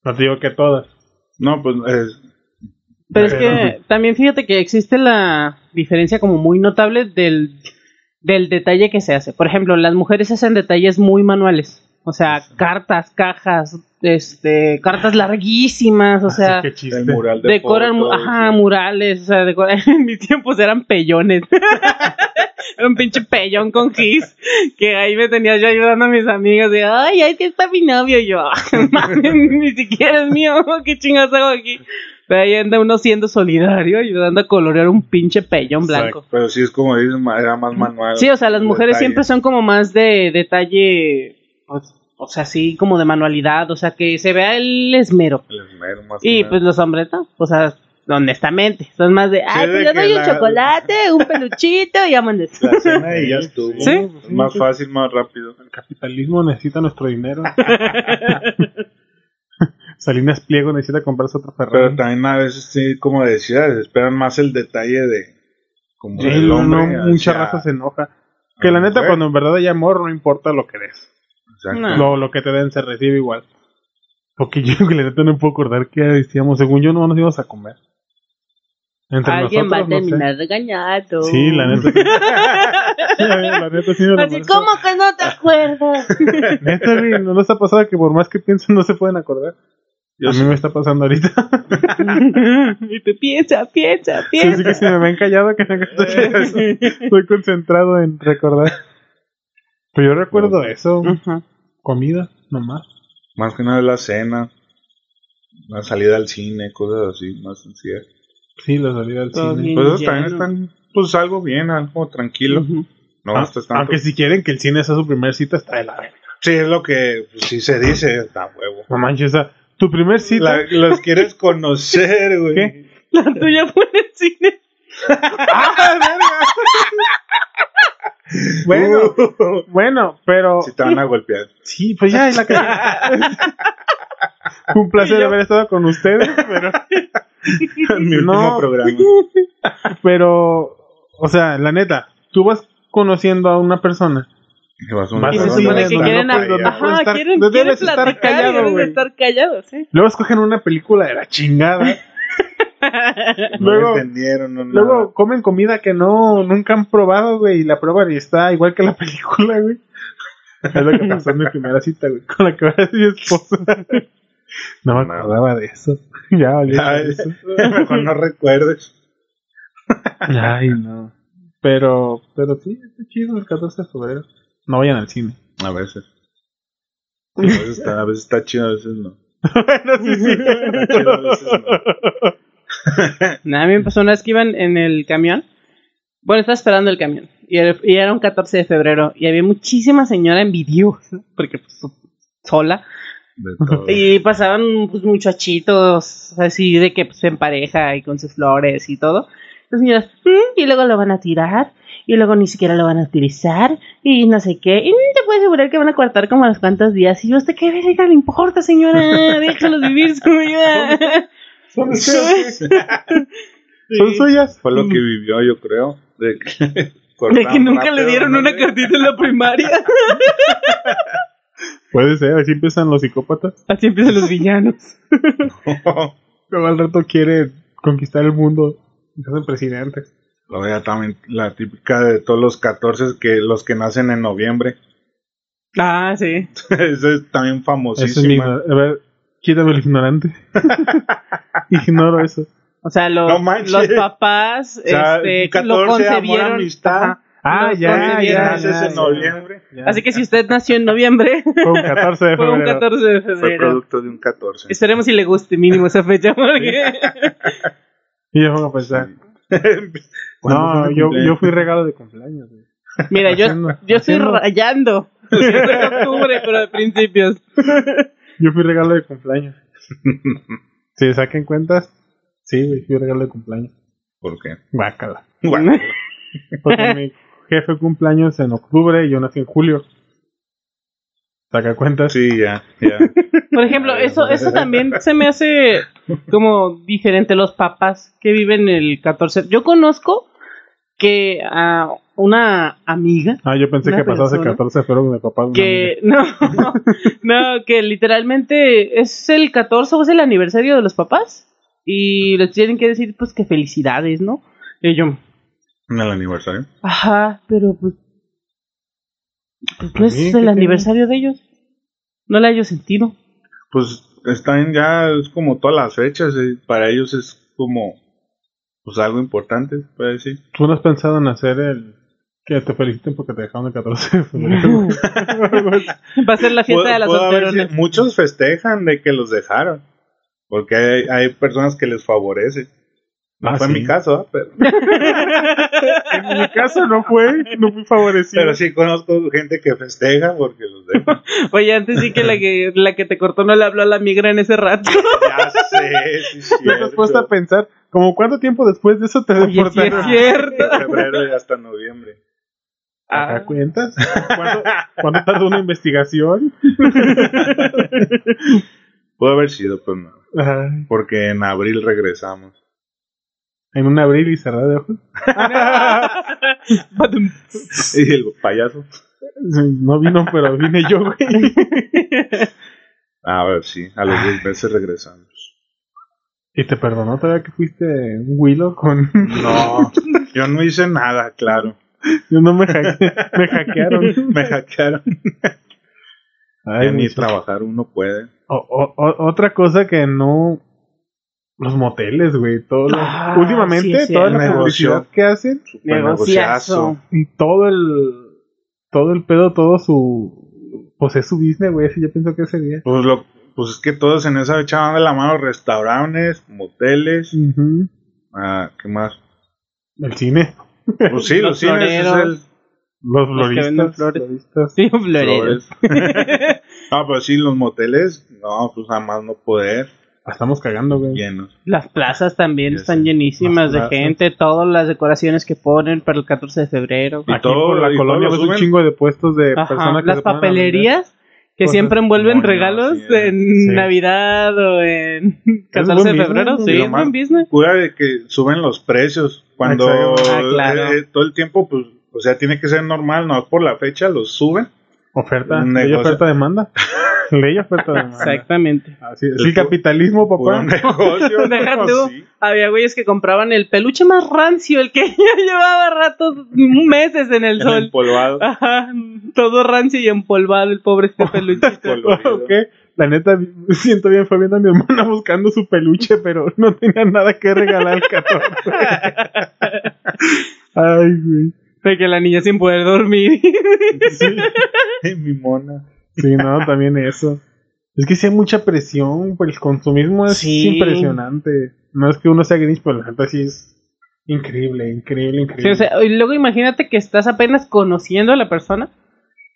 D: No te digo que todas.
B: No, pues es-
C: Pero es que también fíjate que existe la diferencia como muy notable del, del detalle que se hace. Por ejemplo, las mujeres hacen detalles muy manuales. O sea, cartas, cajas, este, cartas larguísimas, o
B: Ah,
D: Así
C: sea,
D: que chiste.
B: el mural de
C: decoran mu-
B: fotos,
C: ajá,
B: sí.
C: murales, o sea, decoran- en mis tiempos eran pellones. Era un pinche pellón con gis que ahí me tenía yo ayudando a mis amigos de, ay, ahí sí está mi novio y yo, "Mami, ni siquiera es mío, qué chingas hago aquí. Pero ahí anda uno siendo solidario, ayudando a colorear un pinche pellón blanco.
B: Pero sí es como dices, ma- era más manual.
C: Sí, o sea, las
B: el
C: mujeres
B: detalle.
C: siempre son como más de detalle, pues, o sea, sí, como de manualidad, o sea, que se vea el esmero.
B: El esmero, más que
C: Y
B: nada.
C: pues los hombres no, o sea, honestamente, son más de, ay,
B: de
C: pues le
B: que
C: doy un
B: la-
C: chocolate, un peluchito y vámonos.
B: La cena y ya estuvo.
C: Sí.
B: Es Más fácil, más rápido.
D: El capitalismo necesita nuestro dinero. Salinas Pliego necesita comprarse otro
B: Pero
D: Ferrari.
B: también a veces, sí, como decías, esperan más el detalle de. Como
D: Sí,
B: del
D: no,
B: hombre.
D: no,
B: hacia-
D: mucha raza se enoja. Que la
B: la
D: neta,
B: mujer.
D: cuando en verdad hay amor, no importa lo que des.
B: Exacto.
C: No. Ah.
D: Lo, lo que te den se recibe igual. Porque yo que la neta no puedo acordar que decíamos, según yo no nos íbamos a comer. Entre
C: Alguien va a
D: nosotros, no sé.
C: terminar regañado.
D: Sí, la neta. sí. Sí, la neta sí nos lo
C: Así,
D: merezco.
C: ¿cómo que no te acuerdas?
D: Neta, güey, no nos ha pasado que por más que piensen no se pueden acordar.
B: Yo
D: a mí
B: sí.
D: me está pasando ahorita.
C: y tú piensa, piensa,
D: Sí, así
C: piensa.
D: que si me ven callado, que no- estoy concentrado en recordar. Pero yo recuerdo eso,
C: Ajá.
D: comida, nomás.
B: Más que nada la cena, la salida al cine, cosas así, más sencillas.
D: Sí, la salida al
C: Todo
D: cine.
C: bien.
B: Pues esos
C: ya,
B: también
C: ¿no?
B: están, pues algo bien, algo tranquilo.
C: Ujú.
B: No
D: Ah,
B: gastas tanto.
D: Aunque si quieren que el cine sea su primer cita, está de la verga.
B: Sí, es lo que pues, sí se dice, está huevo.
D: No manches, o sea, tu primer cita.
B: La- los quieres conocer, güey.
D: ¿Qué?
C: La tuya fue en el cine.
B: ¡Ah, verga!
D: Bueno,
B: Uh,
D: bueno, pero.
B: Si te van a golpear.
D: Sí, pues ya, es la que. Fue un placer
C: Y yo-
D: haber estado con ustedes, pero.
B: Mi último
D: No.
B: programa.
D: Pero. O sea, la neta, tú vas conociendo a una persona.
B: Y vas a una
D: Vas
C: Y se
B: zona
D: sí,
C: supone que
D: Ah, no, no,
B: donde
C: quieren
D: no,
B: para
D: no,
C: Ajá,
B: allá.
D: no, puedes estar-
C: quieren,
D: no
C: quieren
D: debes estar
C: platicar,
D: callado,
C: deben
D: güey.
C: estar callados, sí.
D: Luego escogen una película de la chingada.
B: No
D: Luego-
B: entendieron, no, nada.
D: Luego comen comida que no, nunca han probado, güey, y la prueban y está igual que la película, güey. Es lo que pasó en mi primera cita, güey, con la que ahora es mi esposa. No me
B: No.
D: acordaba de eso. Ya, valió
B: Ya,
D: eso.
B: Ah, Mejor no recuerdes.
D: Ay, no. Pero, pero sí, está chido el 14 de febrero. No vayan al cine.
B: A veces. A veces está, a veces está chido, a veces no.
D: Bueno, sí, sí.
B: Está chido, a veces no.
C: Nada, a mí me pasó una vez que iban en el camión. Bueno, estaba esperando el camión. Y era, y era un 14 de febrero. Y había muchísima señora envidiosa. Porque pues, sola.
B: De todo.
C: Y pasaban pues, muchachitos así de que pues, en pareja y con sus flores y todo. Las señoras, "Mm, y luego lo van a tirar. Y luego ni siquiera lo van a utilizar. Y no sé qué. Y mm, te puedo asegurar que van a cortar como a los cuantos días. Y yo, ¿usted qué verga le importa, señora? Déjalos vivir su vida.
D: Son ustedes, güey. Son suyas.
B: Fue lo que vivió, yo creo. De que,
C: De que
B: cortaban
C: nunca le
B: rápido,
C: dieron
B: ¿no?
C: una cartita en la primaria.
D: Puede ser, así empiezan los psicópatas.
C: Así empiezan los villanos.
D: Luego al rato quieren conquistar el mundo. y se hacen presidentes.
B: Luego ya también la típica de todos los 14 que los que nacen en noviembre.
C: Ah, sí.
B: Eso es también
D: Eso es mi
B: famosísimo.
D: igno- A ver, quítame el ignorante. Ignoro eso.
C: O sea, los,
B: No manches.
C: los papás
B: sea,
C: este,
B: 14
C: lo
B: amor,
C: concebieron.
B: amistad.
C: Ajá.
D: Ah,
C: Los
D: ya,
C: concebieron.
D: ya,
B: Naces
D: ya,
B: en
D: ya.
B: noviembre.
D: Ya.
C: Así que si usted nació en noviembre,
D: Fue un 14 de
C: fue un
D: febrero.
C: 14 de
B: Fue
C: febrero.
B: producto de un 14.
C: Esperemos si le guste mínimo esa fecha. Porque...
D: Y yo me pongo a pensar.
B: ¿Cuándo fue
D: No,
B: mi
D: yo,
B: cumpleaños?
D: yo fui regalo de cumpleaños. güey.
C: Mira, yo, yo estoy
D: Haciendo-
C: rayando. Yo soy de octubre, pero de principios.
D: Yo fui regalo de cumpleaños. Si saquen cuentas, sí, güey, fui regalo de cumpleaños.
B: ¿Por qué?
D: Guácala.
B: Bueno,
D: Porque mi jefe cumpleaños en octubre y yo nací en julio. Saca cuentas.
B: sí, ya, ya.
C: Por ejemplo,
B: Ay,
C: eso,
B: madre.
C: eso también se me hace como diferente los papás que viven el 14. Yo conozco que a una amiga
D: Ah, yo pensé
C: Una
D: que pasaba el
C: persona
D: 14 de febrero con mi papá. una amiga.
C: que no, no, que literalmente es el 14 o es el aniversario de los papás y les tienen que decir pues que felicidades, ¿no? Y yo,
B: En el aniversario.
C: ajá, pero pues, pues no
D: ¿A
C: es
D: mí qué
C: el
D: tiene?
C: aniversario de ellos. No le hallo sentido.
B: Pues están ya, es como todas las fechas. eh, Para ellos es como, pues algo importante, se puede decir.
D: ¿Tú no has pensado en hacer el que te feliciten porque te dejaron el 14 de febrero?
C: Va a ser la fiesta
B: Puedo-
C: de las
B: puedo haber
C: solteronas.
B: sido- muchos festejan de que los dejaron. Porque hay, hay personas que les favorece. No
D: Ah,
B: fue
D: ¿sí?
B: mi caso, ¿ah? pero,
D: en mi caso no fue, no fui favorecido.
B: pero sí conozco gente que festeja porque los dejan.
C: Oye, antes sí que la que la que te cortó no le habló a la migra en ese rato.
B: ya sé, sí, sí.
D: Me has puesto a pensar, como cuánto tiempo después de eso te
C: Oye, sí
D: deportaron?
C: es cierto.
B: De febrero y hasta noviembre.
D: ¿Saca
C: Ah,
D: cuentas? ¿Cuánto, cuánto tardó una investigación?
B: Pudo haber sido, pues no.
D: Ay,
B: Porque en abril regresamos.
D: en un abrir y cerrar de ojos.
C: badum.
B: Y el payaso.
D: No vino, pero vine yo, güey.
B: A ver, sí, a los 10 meses regresamos.
D: ¿Y te perdonó todavía que fuiste un Willow con...
B: No, yo no hice nada, claro.
D: Yo no me, hacke- me hackearon.
B: Me hackearon.
D: Ay,
B: Ya ni
D: mucho.
B: trabajar uno puede.
D: O- o- o- otra cosa que no... Los moteles, güey. todo lo-
C: Ah, sí,
D: Últimamente,
C: es
D: toda la
B: cierto.
D: publicidad que hacen
B: Fue negociazo.
C: Negociazo.
D: y todo el todo el pedo, todo su. Pues es su business, güey. Así yo pienso que sería.
B: Pues, lo, pues es que todos en esa fecha van de la mano restaurantes, moteles,
D: Ujú.
B: ah, ¿qué más?
D: El cine.
B: Pues sí, los,
C: Los
B: cines es
C: floreros.
B: el-
D: Los
C: que venden
D: floristas.
C: flores.
D: floristas.
C: Sí, florero.
B: flores. ah, pues sí, los moteles, no, pues nada más no poder,
D: Ah, Estamos cagando, güey.
B: llenos.
C: Las plazas también
B: Ya
C: están
B: sé.
C: llenísimas
D: Las
C: de
D: plazas.
C: gente, todas las decoraciones que ponen para el 14 de febrero.
B: Y
D: Aquí
B: todo-
D: por la
B: y todo
D: colonia
B: lo
D: ves un
B: suben.
D: chingo de puestos de
C: Ajá,
D: personas que
C: las
D: se ponen a vender.
C: papelerías que
D: cosas
C: siempre envuelven
B: moñas,
C: regalos
B: sí, eh.
C: en
D: Sí.
C: Navidad o en 14 de
D: buen
C: febrero.
D: business,
C: Sí,
B: y lo
C: es
B: más-
C: buen business.
B: Cura de que suben los precios cuando
D: Exacto.
C: Ah, claro.
B: eh, todo el tiempo, pues, o sea, tiene que ser normal, no por la fecha, los suben.
D: Oferta,
B: Un
D: ley
B: negocio.
D: oferta demanda. ley oferta demanda.
C: Exactamente.
D: Así es. El capitalismo,
B: Puro
D: papá.
B: negocio.
C: Deja
B: pues,
C: tú.
B: sí.
C: Había güeyes que compraban el peluche más rancio, el que llevaba ratos, meses en el
B: En el
C: sol.
B: empolvado.
C: Ajá, todo rancio y empolvado el pobre este peluchito.
B: colorido.
D: ¿Qué? La neta, vi- siento bien, fue viendo a mi hermana buscando su peluche, pero no tenía nada que regalar el 14. Ay, güey.
C: De que la niña sin poder dormir.
D: Sí.
B: Ay, Mi mona.
D: Sí, no, también eso. Es que sí hay mucha presión, pues el consumismo es
C: Sí.
D: impresionante. No es que uno sea grinch, pero la neta sí es increíble, increíble, increíble.
C: Sí, o sea, y luego imagínate que estás apenas conociendo a la persona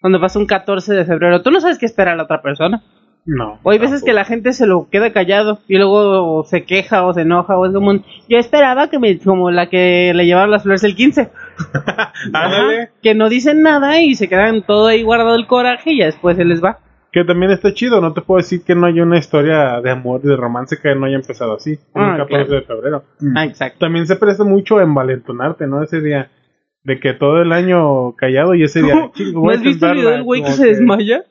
C: cuando pasa un 14 de febrero. Tú no sabes qué espera la otra persona.
D: no.
C: O hay veces que la gente se lo queda callado y luego se queja o se enoja o es como un, yo esperaba que me como la que le llevaron las flores el 15,
B: Ándale.
C: que no dicen nada y se quedan todo ahí guardado el coraje y ya después se les va.
D: Que también está chido, no te puedo decir que no haya una historia de amor y de romance que no haya empezado así, como
C: Ah,
D: el 14
C: claro.
D: de febrero.
C: Ah, exacto.
D: También se presta mucho a envalentonarte, ¿no? Ese día, de que todo el año callado y ese día... chingo,
C: ¿No
D: voy a
C: has visto el
D: intentarla,
C: video del güey que
D: como
C: se desmaya?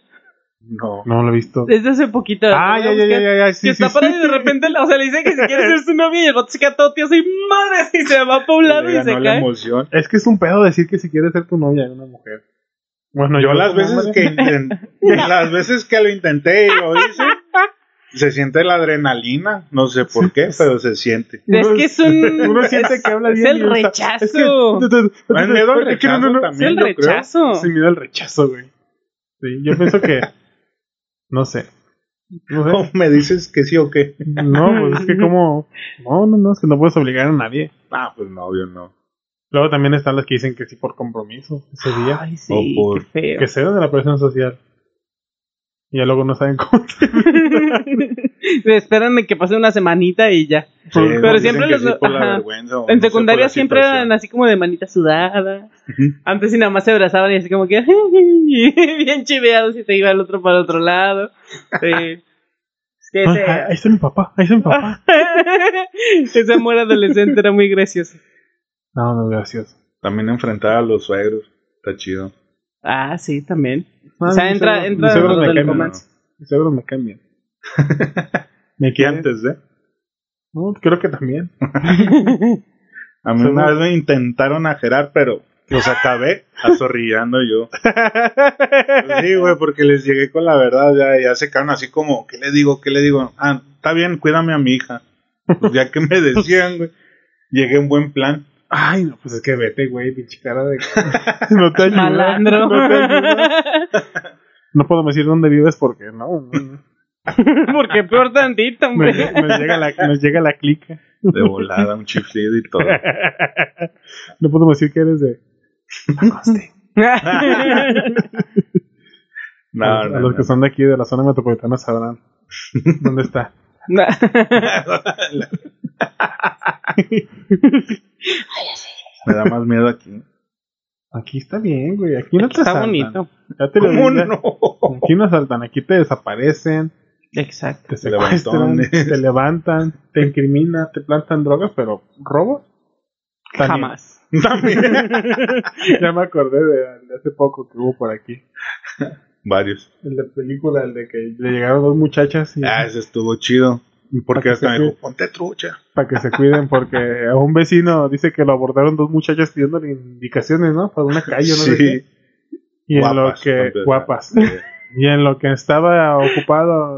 B: No.
D: No lo he visto.
C: Desde hace poquito.
D: Ah,
C: Voy a
D: ya, ya,
C: buscar.
D: ya, ya, ya, sí,
C: que
D: sí,
C: está
D: sí.
C: parado y de repente, o sea, le dice que si quiere ser su novia y el vato se queda todo tío así, madre, y se va para un lado
B: Le
C: y se
B: ganó la
C: cae.
B: emoción.
D: Es que es un pedo decir que si quieres ser tu novia, una mujer. Bueno,
B: Yo las
D: como
B: veces
D: hombre-
B: que inten- las veces que lo intenté y lo hice, se siente la adrenalina, no sé por qué, pero se siente.
C: Es que es un-
D: Uno siente que habla
C: es el
D: bien. y está-
C: rechazo.
D: Es que-
B: Hay miedo al
D: Es que no,
B: rechazo
D: no, no.
C: Es el
B: también, yo creo.
C: rechazo.
D: Sí, miedo al rechazo, güey. Sí, yo pienso que. No sé. No
B: ¿Cómo
D: sé.
B: me dices que sí o qué?
D: No, pues es que como. No, no, no, es que no puedes obligar a nadie.
B: Ah, pues no, obvio no.
D: Luego también están las que dicen que sí por compromiso ese día.
C: Ay,
B: O
C: sí,
B: por-
C: qué feo.
D: Oh, que se den de la presión social. Y ya luego no saben cómo.
C: Esperan de que pase una semanita y ya.
B: Sí,
D: Pero
B: no, dicen
C: siempre
B: que
C: los-
B: sí por la
C: ajá.
B: vergüenza o
C: En
B: no sé, por
C: secundaria
B: la
C: siempre eran
B: situación.
C: así como de manita sudada.
B: Ujú.
C: Antes sí nada más se abrazaban y así como que bien chiveados y se iba el otro para el otro lado. Sí. Es que
D: Ah,
C: ese- Ah.
D: ah, ahí está mi papá, ahí está mi papá.
C: Ese amor adolescente era muy gracioso.
D: No, no, gracioso.
B: También enfrentar a los suegros, está chido.
C: Ah, sí, también.
D: Ah,
C: o sea,
D: mis
C: entra,
D: suegros-
C: entra
D: mis suegros
C: dentro
D: me
C: Ah, del
D: caen bien.
C: romance.
D: Mis suegros me cambian. me
B: ¿Qué
D: quieren.
B: antes, eh?
D: No, creo que también.
B: A mí
D: Seguro.
B: una vez me intentaron ajerar, pero los acabé azorrillando yo. Pues sí, güey, porque les llegué con la verdad, ya, ya se quedaron así como, ¿qué le digo? ¿Qué le digo? Ah, está bien, cuídame a mi hija. Pues ya que me decían, güey, llegué en buen plan.
D: Ay, no, pues es que vete, güey, pinche cara de. no te ayuda.
C: Malandro.
D: No te ayuda. No podemos decir dónde vives porque no. no, no.
C: Porque peor tantito,
D: Nos,
C: hombre.
D: lle- nos llega la, nos llega la clica.
B: De volada, un chiflido y todo.
D: No podemos decir que eres de. Pacoste.
B: No,
D: a, a
B: no,
D: los
B: no.
D: que son de aquí, de la zona metropolitana, sabrán dónde está.
B: Me da más miedo aquí.
D: Aquí está bien, güey. Aquí no te
C: Está
D: asaltan.
C: bonito.
D: Ya te lo
B: ¿Cómo
D: dije.
B: no?
D: Aquí no asaltan, aquí te desaparecen.
C: Exacto.
D: te secuestran,
B: Levantones.
D: te levantan, te incriminan, te plantan drogas, pero robo. También.
C: Jamás.
B: También.
D: Ya me acordé de, de hace poco que hubo por aquí.
B: Varios.
D: El de película, el de que le llegaron dos muchachas y,
B: Ah, ese estuvo chido. Porque
D: para, que
B: hasta
D: se,
B: me
D: cuiden-
B: dijo, ponte trucha.
D: para que se cuiden, porque a un vecino dice que lo abordaron dos muchachas pidiéndole indicaciones, ¿no? Para una calle, no sé qué.
B: Sí,
D: Y en lo
B: guapas,
D: que,
B: entonces,
D: guapas.
B: eh,
D: Y en lo que estaba ocupado.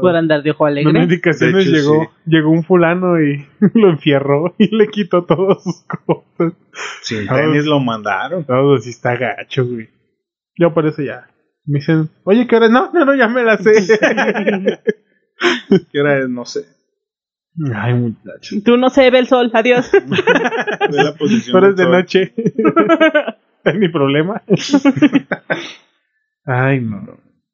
C: Por andar de ojo
D: Dando
C: alegre.
D: indicaciones
B: De hecho,
D: llegó,
B: sí.
D: llegó un fulano y lo enfierró y le quitó todas sus cosas.
B: Sin tenis lo mandaron.
D: No, si está gacho, güey. Yo por eso ya. Me dicen, oye, ¿qué hora es? No, no, no, ya me la sé.
B: ¿Qué hora es? No sé.
D: Ay, muchacho.
C: Tú no se ve el sol, adiós.
B: De la posición.
D: Horas
B: del sol.
D: de noche. es mi problema. Ay, no.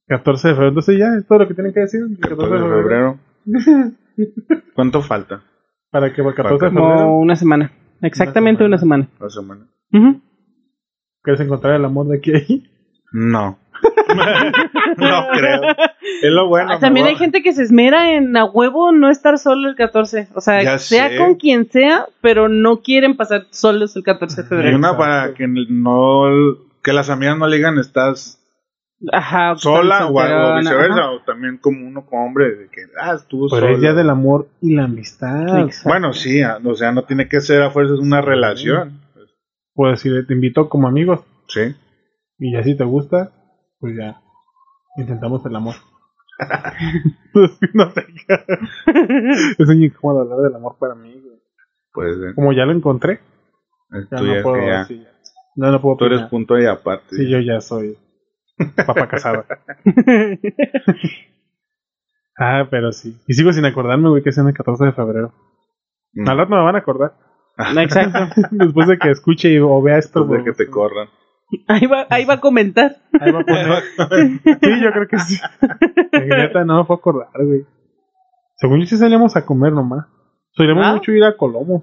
D: 14 de febrero. Entonces ya es todo lo que tienen que decir.
B: 14 de febrero. ¿Cuánto falta?
D: Para que para 14 de
B: Para
D: febrero
C: Como una semana. Exactamente una semana.
B: ¿La semana?
C: Ujú.
D: quieres encontrar el amor de aquí a ahí.
B: No. no creo. Es lo bueno.
C: Ah,
B: me
C: También
B: voy-
C: hay gente que se esmera en a huevo no estar solo el 14. O sea,
B: Ya
C: sea
B: sé.
C: con quien sea, pero no quieren pasar solos el 14 de
B: Y
C: febrero.
B: una
D: Exacto.
B: para que no. Que las amigas no le digan estás
C: Ajá. pues,
B: sola o,
C: solterona,
B: algo, viceversa.
C: ajá.
B: O también como uno como hombre de que. Ah, estuvo
D: Pero
B: solo.
D: es día del amor y la amistad.
C: Exacto.
B: Bueno, sí. ah, O sea, no tiene que ser a fuerzas una relación.
D: Pues si te invito como amigos
B: Sí.
D: y ya si te gusta, pues ya intentamos el amor. no sé. es muy incómodo hablar del amor para mí. güey.
B: Pues eh,
D: Como ya lo encontré, ya
B: tú, ya-
D: no
B: que
D: puedo.
B: ya-
D: sí, ya. No, no puedo.
B: tú eres
D: opinar.
B: punto y aparte.
D: Sí, yo ya soy papá casada. ah, pero sí. Y sigo sin acordarme, güey, que es en el 14 de febrero.
B: Mm. Ah.
D: Al rato me van a acordar.
C: Exacto.
D: Después de que escuche y- o vea esto.
B: Después de pues que
D: güey.
B: te corran.
C: Ahí va, ahí va a comentar.
D: Ahí va a poner. sí, yo creo que sí. La neta no me puedo acordar, güey. Según yo sí salíamos a comer nomás. Solíamos
C: Ah.
D: mucho ir a Colomos,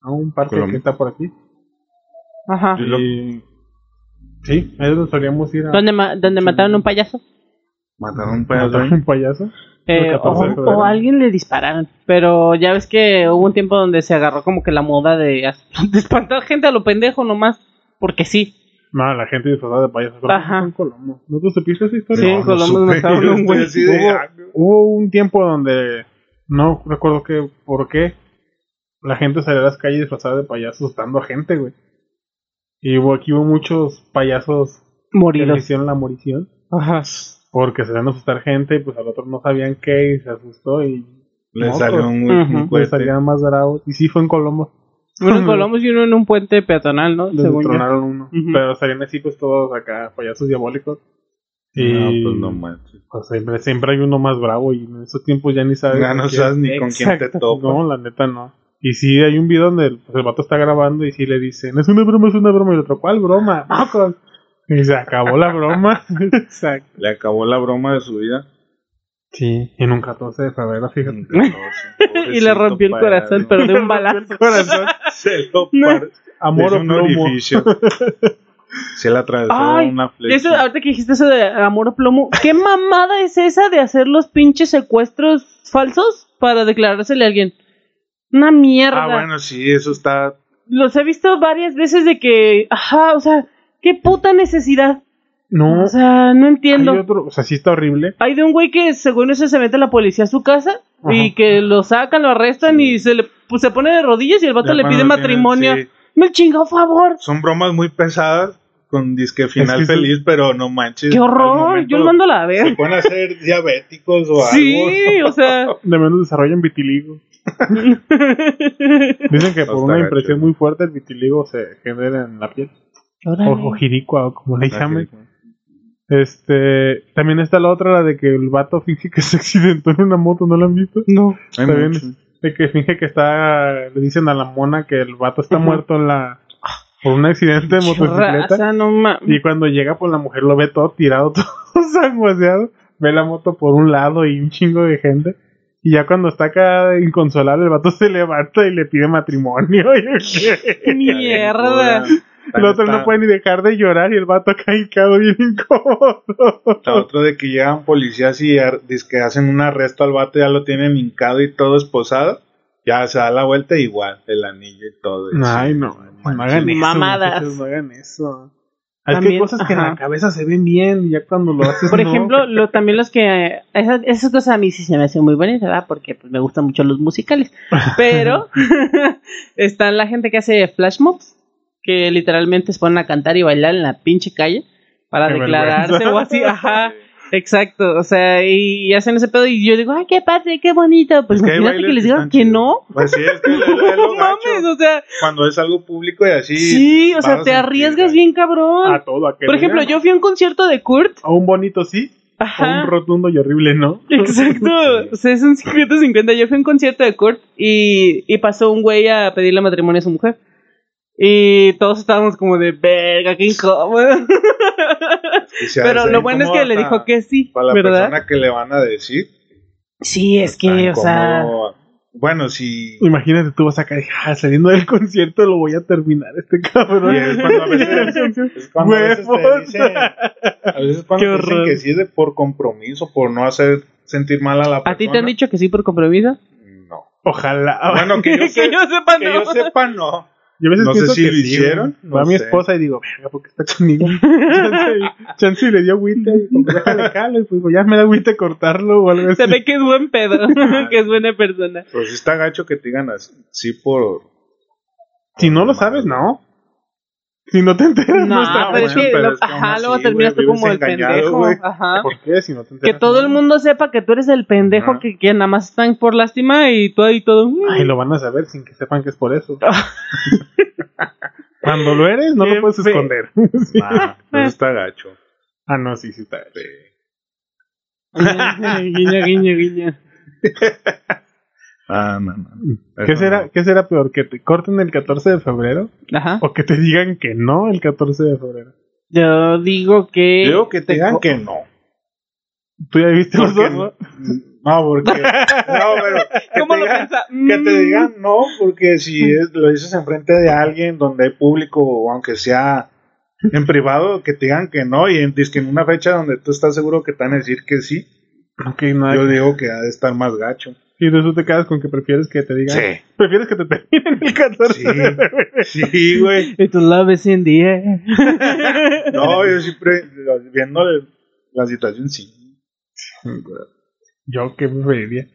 D: a un parque
B: Colomos.
D: que está por aquí.
C: Ajá.
B: Y lo-
D: Y- Sí, ahí es donde solíamos ir a
C: Donde, ma- donde mataron a un payaso.
B: Mataron un
D: a
B: pedazo.
D: matar un payaso.
C: Eh,
D: El
C: o,
D: 14 de
C: o
D: febrero.
C: a alguien le dispararon. Pero ya ves que hubo un tiempo donde se agarró como que la moda de, de espantar gente a lo pendejo nomás. Porque sí.
D: No, la gente disfrazada de payaso.
C: Ajá.
D: Ajá. En Colomos. ¿No tú supiste esa historia?
C: Sí, en Colomos mataron un güey.
D: Hubo-
C: "Ah,
D: Hubo un tiempo donde no recuerdo que por qué la gente salía a las calles disfrazada de payaso asustando a gente, güey. Y hubo aquí hubo muchos payasos que le
C: Moridos.
D: hicieron la morición
C: Ajá.
D: porque salían a asustar gente y pues al otro no sabían qué y se asustó y
B: Le
D: No,
B: salió
D: pues,
B: un,
C: ujú,
B: un
C: le
D: pues,
B: cohete.
D: salían más bravos. Y sí fue en Colombo, Mm.
C: Uno en Colomos y uno en un puente peatonal, ¿no?
D: les
C: Según yo.
D: tronaron uno.
C: Ujú.
D: Pero salían así pues todos acá payasos diabólicos. Y
B: No, pues no manches.
D: pues, siempre, siempre hay uno más bravo y en esos tiempos ya ni sabes
B: Ya no
D: con quién-
B: sabes ni con quién te
C: Exacto.
B: topas.
D: No, la neta no. Y sí, hay un video donde el, pues, el vato está grabando y sí le dicen, es una broma, es una broma. Y el otro, ¿cuál broma? Mocos". Y se acabó la broma. Exacto.
B: Le acabó la broma de su vida.
D: Sí, en un 14 de febrero, fíjate.
C: Y le rompió el corazón, pero Mm. de un balazo.
D: Corazón,
B: Se lo
C: No.
B: par-
D: amor
B: le hizo
D: o
B: un
D: plomo.
B: orificio. Se le atravesó
C: Ay,
B: una
C: Y
B: flecha.
C: Eso, ahorita que dijiste eso de amor o plomo, ¿qué mamada es esa de hacer los pinches secuestros falsos para declarársele a alguien? Una mierda.
B: ah, bueno, sí, eso está.
C: Los he visto varias veces de que, ajá, o sea, qué puta necesidad.
D: No,
C: O sea, no
D: hay
C: entiendo.
D: otro, o sea, sí está horrible.
C: Hay de un güey que según eso se mete la policía a su casa y
D: Ajá.
C: que lo sacan, lo arrestan y se le pues, se pone de rodillas y el vato
B: ya
C: le
B: cuando
C: pide
B: tienen-
C: matrimonio.
B: sí,
C: Me chingó favor.
B: son bromas muy pesadas con disque final
D: que sí.
B: feliz, pero no manches.
C: Qué
B: al
C: horror.
B: momento
C: Yo lo mando a la
B: Se
C: ver.
B: pueden hacer diabéticos o
C: Sí,
B: algo.
C: o sea.
D: De menos desarrollan vitiligo. Dicen
B: No
D: que por
B: está
D: una
B: gacho,
D: impresión
B: ¿no?
D: muy fuerte el vitiligo se genera en la piel. O,
C: Órale.
D: o jiricua, o como le llamen.
B: Así.
D: Este, también está la otra, la de que el vato finge que se accidentó en una moto, ¿no la han visto?
C: No.
B: Hay
D: Está bien.
B: mucho.
D: De que finge que está, le dicen a la mona que el vato está
C: Ujú.
D: muerto en la, por un accidente de motocicleta.
C: Raza, no ma-
D: Y cuando llega, pues la mujer lo ve todo tirado, todo sanguaseado. Ve la moto por un lado y un chingo de gente. Y ya cuando está acá inconsolable, el vato se levanta y le pide matrimonio.
C: Mierda.
D: El otro no puede ni dejar de llorar y el vato acá hincado bien incómodo.
B: La otra de que llegan policías y ar- dizque hacen un arresto al vato, ya lo tienen hincado y todo esposado. Ya se da la vuelta igual, el anillo y todo. y
D: Ay,
B: sí,
D: no,
B: pues, manches.
D: pues, no hagan eso.
C: Mamadas.
D: muchachos, No hagan eso. Es que hay
C: También,
D: cosas que en la
C: ajá.
D: cabeza se ven bien y ya cuando lo haces.
C: Por
D: Pues no.
C: ejemplo, lo, también los que. eh, Esas, esas cosas a mí sí se me hacen muy bonitas, ¿verdad? Porque pues, me gustan mucho los musicales. Pero está la gente que hace flash mobs, que literalmente se ponen a cantar y bailar en la pinche calle para
D: Qué
C: declararse
D: vergüenza.
C: o así. Ajá. Exacto, o sea, y, y hacen ese pedo y yo digo, ay, qué padre, qué bonito. Pues
B: Es que hay
C: imagínate que
B: bailes
C: les digan
B: están
C: que
B: chidos.
C: no.
B: Pues sí, es que es lo- es lo
C: No mames,
B: gacho.
C: o sea,
B: Cuando es algo público y así.
C: sí, o
B: vas
C: sea,
B: a
C: te
B: sentir,
C: arriesgas
B: güey.
C: bien cabrón.
D: A todo aquel.
C: Por ejemplo, yo
D: verano.
C: fui a un concierto de Kurt.
D: A un bonito sí, a
C: Ajá.
D: un rotundo y horrible no.
C: Exacto, o sea, es un 50-50. Yo fui a un concierto de Kurt y, y pasó un güey a pedirle matrimonio a su mujer. Y todos estábamos como de verga, qué incómodo.
B: Y se
C: Pero
B: hace
C: lo bueno es que
B: incómodo
C: le dijo
B: hasta
C: que sí,
B: Para la
C: ¿verdad?
B: persona que le van a decir.
C: Sí, es
B: tan
C: que, o sea,
B: incómodo. Bueno, si.
D: Imagínate, tú vas acá y, ah, saliendo del concierto lo voy a terminar este cabrón.
B: Y es cuando a veces- Es cuando a veces te
D: Huevos.
B: dicen. A veces
D: Qué
B: cuando te dicen
D: horror.
B: que sí es de por compromiso, por no hacer sentir mal a la persona.
C: ¿a ti te han dicho que sí por compromiso?
B: No.
D: Ojalá.
B: Bueno, que yo,
C: Que
B: sé-
C: yo sepa,
B: que
C: no.
B: yo sepa, no.
D: Yo a veces
B: No sé
D: pienso
B: si
D: que
B: lo
D: sí, güey.
B: hicieron, no
D: Va mi
B: sé.
D: esposa y digo, verga, ¿por qué está conmigo? chance, chance y le dio agüita y dijo, déjale jalo. Y pues digo, ya me da agüita cortarlo o algo así.
C: Se ve que es buen pedo, que es buena persona.
B: Pero si está gacho que te digan así, sí por.
D: Si no lo sabes, no. Si no te enteras, no,
C: No,
D: está
C: pero es
D: bueno.
C: que,
B: pero
C: lo-
B: es que aún
C: ajá, luego
B: así,
C: terminas
B: güey,
C: tú como el
B: vives engañado,
C: pendejo.
B: güey.
C: Ajá.
D: ¿Por qué? Si no te
C: Ah. Que
D: enteras.
C: todo el mundo sepa que tú eres el pendejo
B: Ajá.
C: que, que nada más están por lástima y tú ahí todo. "Mm".
D: Ay, lo van a saber sin que sepan que es por eso. Cuando lo eres, no
C: Ah. Qué
D: lo puedes
C: fe-
D: esconder.
B: Nah, eso Ah, pues está gacho.
D: Ah, no, sí, sí está.
B: Sí.
C: guiño, guiño, guiño.
B: Ah, no, no.
D: ¿Qué
B: Eso
D: será,
B: no.
D: ¿Qué será peor? ¿Que te corten el 14 de febrero?
C: Ajá.
D: ¿O que te digan que no el 14 de febrero?
C: Yo digo que.
B: Yo Digo que te digan
C: co-
B: que no.
D: ¿Tú ya viste los
B: Porque-
D: dos?
B: no, porque. No, pero. que
C: ¿Cómo
B: te
C: lo
B: digan-
C: piensa?
B: Que te
C: Mm.
B: digan no, porque si es- lo dices enfrente de alguien donde hay público, o aunque sea en privado, que te digan que no, y en, dizque en una fecha donde tú estás seguro que te van a decir que sí,
D: Ok, nada.
B: yo digo que ha de estar más gacho.
D: Y entonces tú te quedas con que prefieres que te digan.
B: Sí,
D: Prefieres que te terminen el 14
B: sí,
D: de febrero.
B: sí, güey.
C: It's love is in the air.
B: No, yo siempre, viendo la situación, sí.
D: Yo qué preferiría.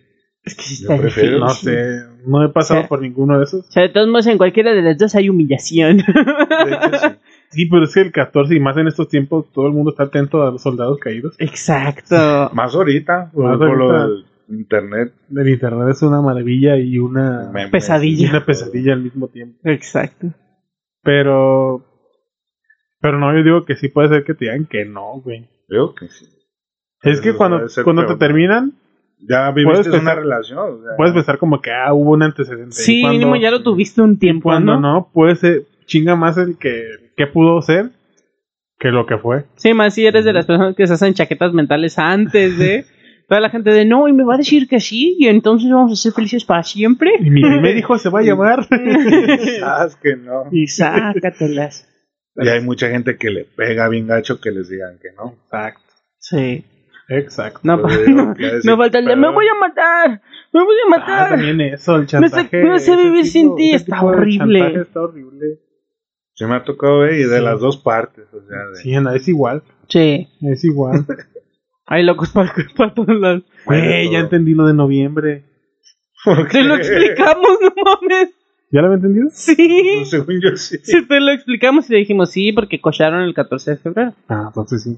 C: Es que sí
B: Yo
C: está.
B: prefiero- Pero
D: no
B: sí.
D: sé. No he pasado
C: Sí.
D: por ninguno de esos.
C: O sea, de todos modos, en cualquiera de las dos hay humillación.
B: De hecho, sí.
D: Sí, pero es que el 14 y más en estos tiempos todo el mundo está atento a los soldados caídos.
C: Exacto.
B: Más ahorita, por,
D: Más
B: por
D: ahorita.
B: lo del internet.
D: El internet es una maravilla y una,
B: me- me-
D: y
C: Pesadilla.
D: una pesadilla al mismo tiempo.
C: Exacto.
D: Pero. Pero no, yo digo que sí puede ser que te digan que no, güey.
B: Digo que sí.
D: Es que
B: Eso
D: cuando,
B: debe ser
D: cuando
B: peor,
D: te
B: ¿no?
D: terminan,
B: Ya viviste
D: pensar-
B: una relación. o sea,
D: puedes pensar como que ah, hubo un antecedente.
C: Sí,
D: Cuando-
C: mínimo ya lo tuviste un tiempo,
D: Cuando
C: ¿no?
D: no, puede ser chinga más el que, que pudo ser que lo que fue.
C: Sí, más si eres de las personas que se hacen chaquetas mentales antes de. Toda la gente de no, y me va a decir que sí, y entonces vamos a ser felices para siempre.
D: Y mi me dijo se va a llamar.
B: Sabes que no.
C: Y sácatelas.
B: Y hay mucha gente que le pega bien gacho que les digan que no.
D: Exacto,
C: Sí.
D: exacto.
C: No,
B: Yo
C: pa-
B: digo que ha de ser
C: no falta el de,
B: peor.
C: me voy a matar, me voy a
D: Ah,
C: matar.
D: también eso, el
C: No sé-
D: chantaje.
C: no sé
D: ese
C: vivir
D: tipo-
C: sin ti,
D: ese
C: está
D: tipo de
C: horrible.
D: chantaje Está horrible.
B: Se me ha tocado, eh, y de
D: Sí.
B: las dos partes. O sea, de-
D: Sí, anda, es igual,
C: sí.
D: es igual.
C: Hay locos para, para todos lados.
D: Güey, ya entendí lo de noviembre.
C: Te lo explicamos, no mames.
D: ¿Ya lo había entendido?
C: Sí.
B: Pues, Según yo sí.
C: Sí, te lo explicamos y le dijimos sí, porque cocharon el 14 de febrero.
D: Ah, entonces sí.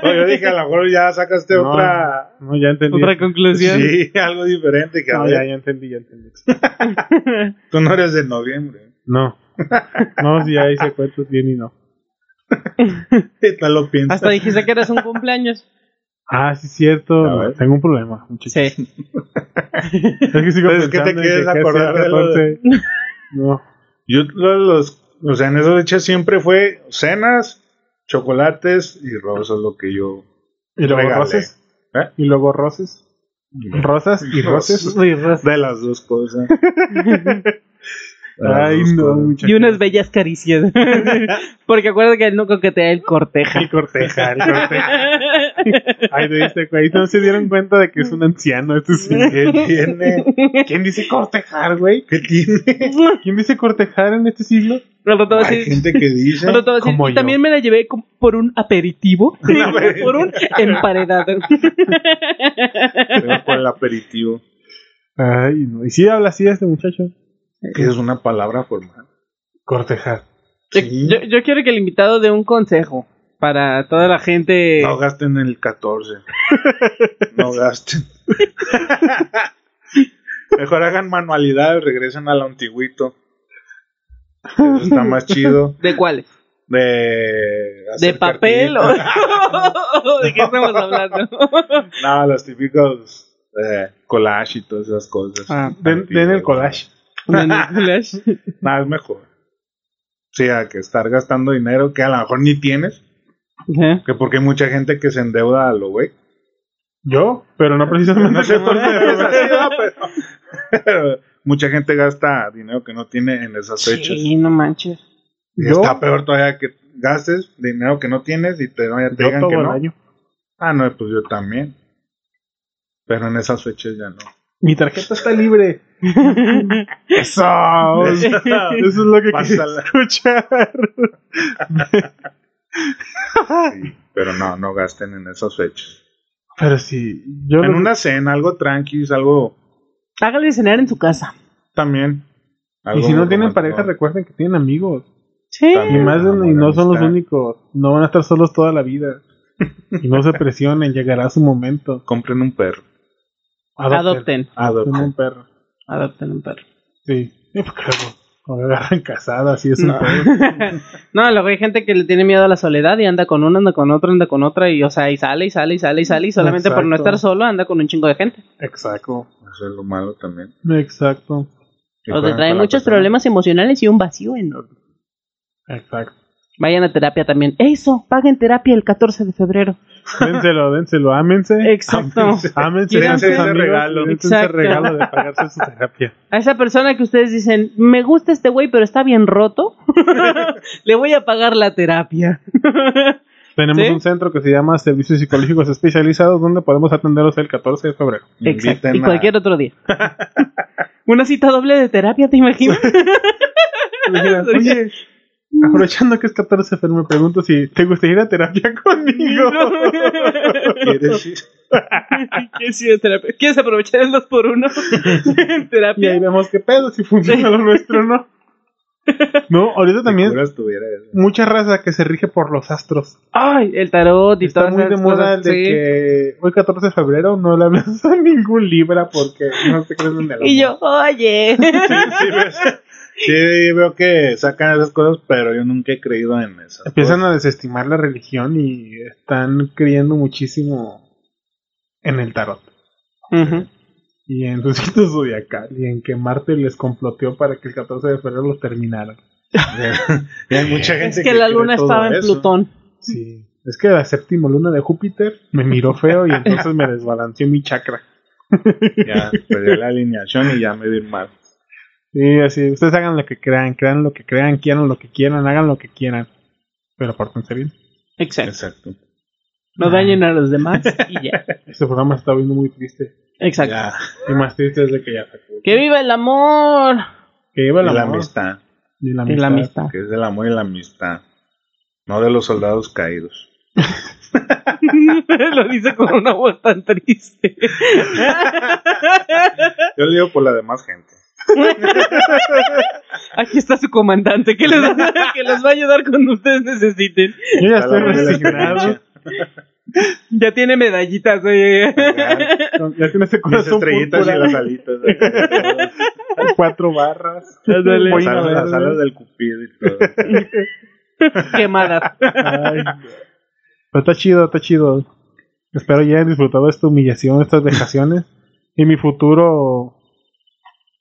B: O yo dije, a lo mejor ya sacaste
D: No.
B: otra.
D: No, ya entendí.
C: Otra conclusión.
B: Sí, algo diferente. Que, a
D: No,
B: ver,
D: ya, ya entendí, ya entendí.
B: Tú no eres de noviembre.
D: No. No, si ya hice cuentos bien y no.
B: ¿Qué tal lo piensas?
C: Hasta dijiste que eras un cumpleaños.
D: Ah, sí, es cierto.
B: A ver.
D: Tengo un problema, muchachos.
C: Sí.
D: Es que sigo
B: Pues es que te
D: pensando en
B: quieres
D: que
B: acordar
D: casi
B: de lo de-
D: 14. No.
B: Yo lo de los, o sea, en esos hechos siempre fue cenas, chocolates y rosas, lo que yo.
D: Y luego
B: Regalé.
D: rosas.
B: ¿Eh?
D: Y luego rosas. Rosas y rosas.
B: De las dos cosas.
D: Ay, no, muchachos.
C: Y unas bellas caricias. porque acuérdate que él no coquetea el corteja.
D: El corteja, el corteja. Ay, te diste cuenta. No se dieron cuenta de que es un anciano. Este señor.
B: ¿Qué tiene?
D: ¿Quién dice cortejar, güey?
B: ¿Qué tiene?
D: ¿Quién dice cortejar en este siglo?
C: Al rato va a
B: Hay
C: decir-
B: gente que dice.
C: al rato va a decir,
D: Como
C: y
D: yo.
C: también me la llevé com- por un aperitivo, por un emparedado.
B: Pero con el aperitivo.
D: Ay, no. Y sí habla así este muchacho.
B: que es una palabra formal.
D: Cortejar.
B: Sí.
C: Yo, yo quiero que el invitado dé un consejo para toda la gente.
B: No gasten en el 14. No gasten. Mejor hagan manualidades, regresen al antiguito. Eso está más chido.
C: ¿De cuáles?
B: De.
C: ¿De
B: hacer
C: papel o
B: cartitas.
C: de qué estamos hablando?
B: No, los típicos eh, collage y todas esas cosas.
C: Ah,
D: Den, den el collage.
B: Nada, es mejor. Sí, a que estar gastando dinero que a lo mejor ni tienes.
C: Ajá.
B: Que porque hay mucha gente que se endeuda a lo güey.
D: Yo, pero no precisamente.
B: No sé por qué es así, ¿no? Pero- mucha gente gasta dinero que no tiene en esas fechas.
C: Sí, no manches.
B: Y
D: Yo-
B: está peor todavía que gastes dinero que no tienes y te, no, ya te
D: Yo
B: digan
D: todo
B: que
D: el
B: no.
D: año.
B: Ah, no, pues yo también. Pero en esas fechas ya no.
D: Mi tarjeta está libre. Eso. Eso es lo que quería
B: Pásala.
D: escuchar.
B: Sí, pero no, no gasten en esas fechas.
D: Pero sí, yo
B: En
D: lo-
B: una cena, algo tranqui, algo
C: Hágale cenar en su casa.
B: también.
D: Y
B: algo
D: si no tienen
B: romántico.
D: pareja, recuerden que tienen amigos.
C: Sí.
D: Y
B: También.
D: más de-
B: Amor,
D: y no son los
B: amistad.
D: únicos. No van a estar solos toda la vida. Y no se presionen, llegará su momento.
B: Compren un perro.
C: Adopten.
D: Adopten
B: Adopten.
D: un perro.
C: Adopten un perro.
D: Sí. Sí, porque luego- Cuando agarran casadas y es un
C: No.
D: pedo.
C: no, luego hay gente que le tiene miedo a la soledad y anda con una, anda con otra, anda con otra y, o sea, y sale y sale y sale y sale y solamente por no
D: Exacto.
C: estar solo anda con un chingo de gente.
D: Exacto.
B: Eso es lo malo también.
D: Exacto.
B: Y
C: O te
B: juegan
C: trae
B: con la
C: muchos
B: persona.
C: problemas emocionales y un vacío enorme.
D: Exacto.
C: Vayan a terapia también. Eso, paguen terapia el 14 de febrero.
D: Dénselo, dénselo, ámense.
C: Exacto.
D: Ámense,
C: Quírense
D: dense
C: ese
B: regalo.
D: Dense ese
C: Exacto.
D: regalo de pagarse su terapia.
C: A esa persona que ustedes dicen, me gusta este güey, pero está bien roto, le voy a pagar la terapia.
D: Tenemos
C: ¿Sí?
D: un centro que se llama Servicios Psicológicos Especializados donde podemos atenderlos el 14 de febrero.
C: Exacto.
B: Inviten
C: Y
B: a-
C: cualquier otro día. Una cita doble de terapia, ¿te imaginas?
D: Oye, aprovechando que es 14 de febrero, me pregunto si te gustaría ir a terapia conmigo.
B: ¿Quieres ir?
C: ¿Quieres ir a terapia? ¿Quieres aprovechar el 2 por 1 en
D: Y ahí
C: terapia?
D: vemos qué pedo, si funciona lo nuestro o no. No, ahorita
B: Si
D: también
B: fueras, tuviera eso.
D: mucha raza que se rige por los astros.
C: Ay, el tarot y
D: Está
C: todas
D: muy de
C: esas
D: moda el
C: cosas,
D: de
C: sí.
D: que hoy 14 de febrero no le hablas a ningún Libra porque no se creen en el amor.
C: Y yo, oye.
B: Sí, sí, ves. Sí, veo que sacan esas cosas, pero yo nunca he creído en eso.
D: Empiezan a desestimar la religión y están creyendo muchísimo en el tarot.
C: Ujú.
D: Y en su cita zodiacal y en que Marte les comploteó para que el 14 de febrero los terminaran.
B: Y hay mucha gente
C: Es que la
B: cree
C: luna
B: todo
C: estaba en
B: eso.
C: Plutón.
D: Sí. Es que la séptima luna de Júpiter me miró feo y entonces me desbalanceó mi chakra.
B: Ya, perdí la alineación y ya me vi mal.
D: Y así, ustedes hagan lo que crean, crean lo que crean, quieran lo que quieran, hagan lo que quieran. Pero pórtense bien.
C: Exacto.
B: Exacto.
C: No dañen a los demás y ya.
D: Este programa está viendo muy triste.
C: Exacto.
B: Ya,
D: Y más triste es de que ya se acabó.
C: ¡Que viva el amor!
D: Que lleva
B: y
D: la,
B: la
D: amor
B: amistad,
D: y la
C: Y
D: amistad.
C: la amistad.
B: que es del amor y la amistad. No de los soldados caídos.
C: Lo dice con una voz tan triste.
B: Yo lo digo por la demás gente.
C: Aquí está su comandante que les, que les va a ayudar cuando ustedes necesiten.
D: Yo ya
B: Está
D: estoy
B: la voz de la
D: resignado.
B: experiencia.
C: Ya tiene medallitas. oye.
B: Acá,
D: Ya tiene ese
B: Mis
D: corazón
B: estrellitas y
D: púrpura,
B: las alitas. ¿eh? acá,
D: cuatro barras.
C: Ándale.
B: Las
D: Boina
B: alas, las
D: verde.
B: alas del cupido y todo.
C: Quemadas.
D: Ay, pero está chido, está chido. Espero ya hayan disfrutado esta humillación, estas vejaciones. y mi futuro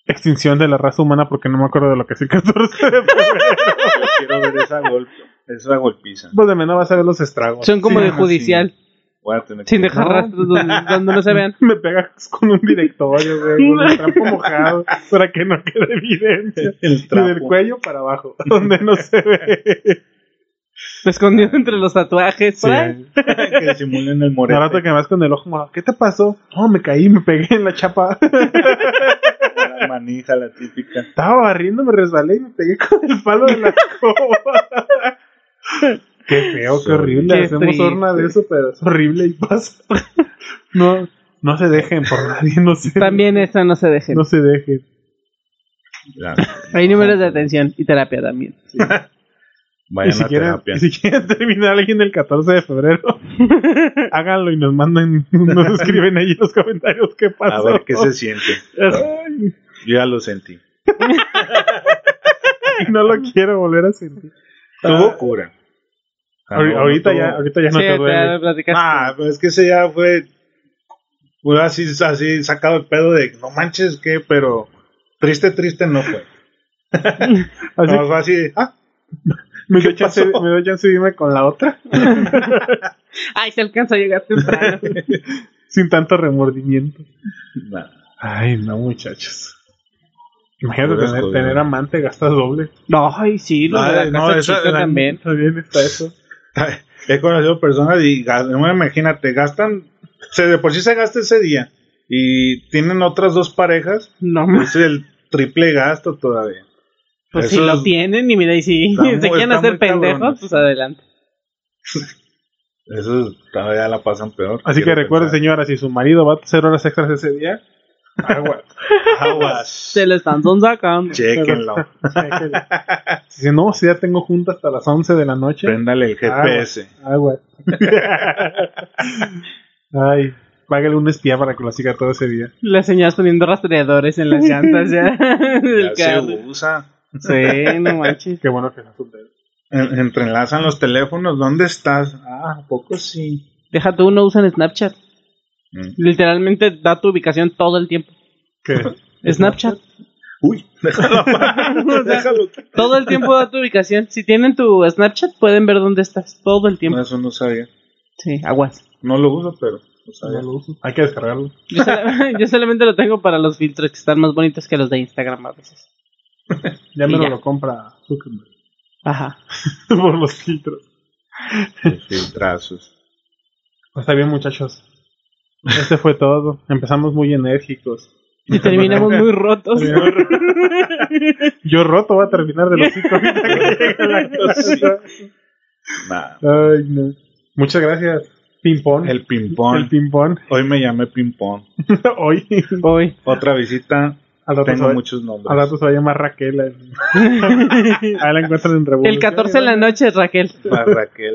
D: extinción de la raza humana, porque no me acuerdo de lo que es el 14 de febrero.
B: Quiero ver esa, golpe, esa golpiza.
D: Pues de menos vas a ver los estragos.
C: Son como
B: Sí,
C: de
B: sí.
C: judicial,
B: Voy a tener que-
C: sin dejar
D: No.
C: rastros donde, donde no se vean.
D: Me pegas con un directorio, güey, con un trampo mojado, para que no quede evidencia.
B: el
D: Y del
B: trapo.
D: cuello para abajo, donde no se ve.
C: Escondido entre los tatuajes. por ahí.
D: Sí.
B: que simulen el
D: Al
B: moreno.
D: rato que me vas con el ojo mojado, ¿qué te pasó? No, me caí, me pegué en la chapa.
B: La manija, la típica.
D: Estaba barriendo, me resbalé y me pegué con el palo de la escoba. qué feo, qué horrible.
C: Qué
D: Hacemos
C: triste.
D: horna de eso, pero es horrible y pasa. no, no se dejen por nadie, no se,
C: También esta no se dejen.
D: no se dejen.
B: La-
C: Hay números de atención y terapia también.
D: Y
B: Vayan
D: si,
B: a
D: quieren,
B: terapia.
D: y si quieren terminar alguien el 14 de febrero, háganlo y nos mandan, nos escriben ahí en los comentarios qué pasó.
B: a ver qué se siente.
D: Ay,
B: Yo ya lo sentí.
D: no lo quiero volver a sentir.
B: Tuvo cura. Ah,
D: Ahor-
B: no, no
D: ahorita,
B: tuvo-
D: ya, ahorita ya
C: sí,
D: no te
C: te
D: duele.
C: platicaste.
B: Ah, pero es que ese ya fue. Fue así, así sacado el pedo de no manches, que, pero triste, triste no fue.
D: Así
B: No, fue así, ah,
D: me,
B: ¿qué
D: doy chance,
B: pasó?
D: me doy chance de irme con la otra
C: Ay, se alcanza a llegar temprano.
D: sin tanto remordimiento.
B: nah.
D: Ay, no, muchachos. Imagínate
B: Puras
D: tener,
B: cosas.
D: tener amante, gastas doble.
C: No, ay, sí, lo
B: No,
C: de la
B: no,
C: casa
B: esa-
C: chica
B: la-
C: también.
D: También está eso.
B: He conocido personas y gas- bueno, imagínate, gastan, se de por sí se gasta ese día y tienen otras dos parejas,
C: No, ma-
B: es el triple gasto todavía.
C: pues
B: Eso
C: si lo
B: es-
C: tienen y mira, y si
B: Está muy-
C: se quieren
B: está
C: hacer
B: muy cabrón.
C: pendejos, pues adelante.
B: Eso es- todavía la pasan peor.
D: Así que
B: Quiero
D: recuerden,
B: pensar.
D: señora, si su marido va a hacer horas extras ese día, agua.
B: Aguas.
C: Se lo están sacando.
B: Chequenlo.
D: si no, si ya tengo junta hasta las 11 de la noche, Ah,
B: Préndale el GPS.
D: agua. Ay, págale un espía para que lo siga todo ese día.
C: Le señalas poniendo rastreadores en las llantas ya. del
B: Ya se
C: carro.
B: usa.
C: sí, no manches.
D: Qué bueno que no es un dedo.
B: En- entrelazan los teléfonos. ¿Dónde estás? Ah, ¿a poco sí.
C: Deja tú, no usan Snapchat.
B: Mm.
C: Literalmente da tu ubicación todo el tiempo.
D: ¿Qué?
C: Snapchat.
B: Uy, déjalo.
C: O sea,
B: déjalo.
C: todo el tiempo da tu ubicación. Si tienen tu Snapchat, pueden ver dónde estás. Todo el
B: No,
C: tiempo.
B: eso no sabía.
C: Sí, aguas.
B: No lo uso, pero no
D: No
B: sabía.
D: lo uso. Hay que descargarlo.
C: Yo, sola- yo solamente lo tengo para los filtros que están más bonitos que los de Instagram a veces.
D: Ya me
C: Y
D: lo,
C: ya.
D: lo compra Zuckerberg
C: Ajá.
D: por los filtros.
B: Filtrazos.
D: Pues Está bien, muchachos. Este fue todo. Empezamos muy enérgicos.
C: Y terminamos muy rotos.
D: Yo roto voy a terminar de los cinco ahorita que llegue la cosa.
B: Nah.
D: Ay, no. Muchas gracias. Ping-pong.
B: El
D: El
B: ping-pong.
D: ping-pong.
B: Hoy me llamé ping-pong.
D: Hoy.
C: Hoy.
B: Otra visita.
D: Al rato, se
B: Tengo
D: va,
B: muchos nombres.
D: al rato se va a llamar Raquel. Ahí la encuentran en Revolución.
C: El 14 de la noche, Raquel.
B: Va Raquel.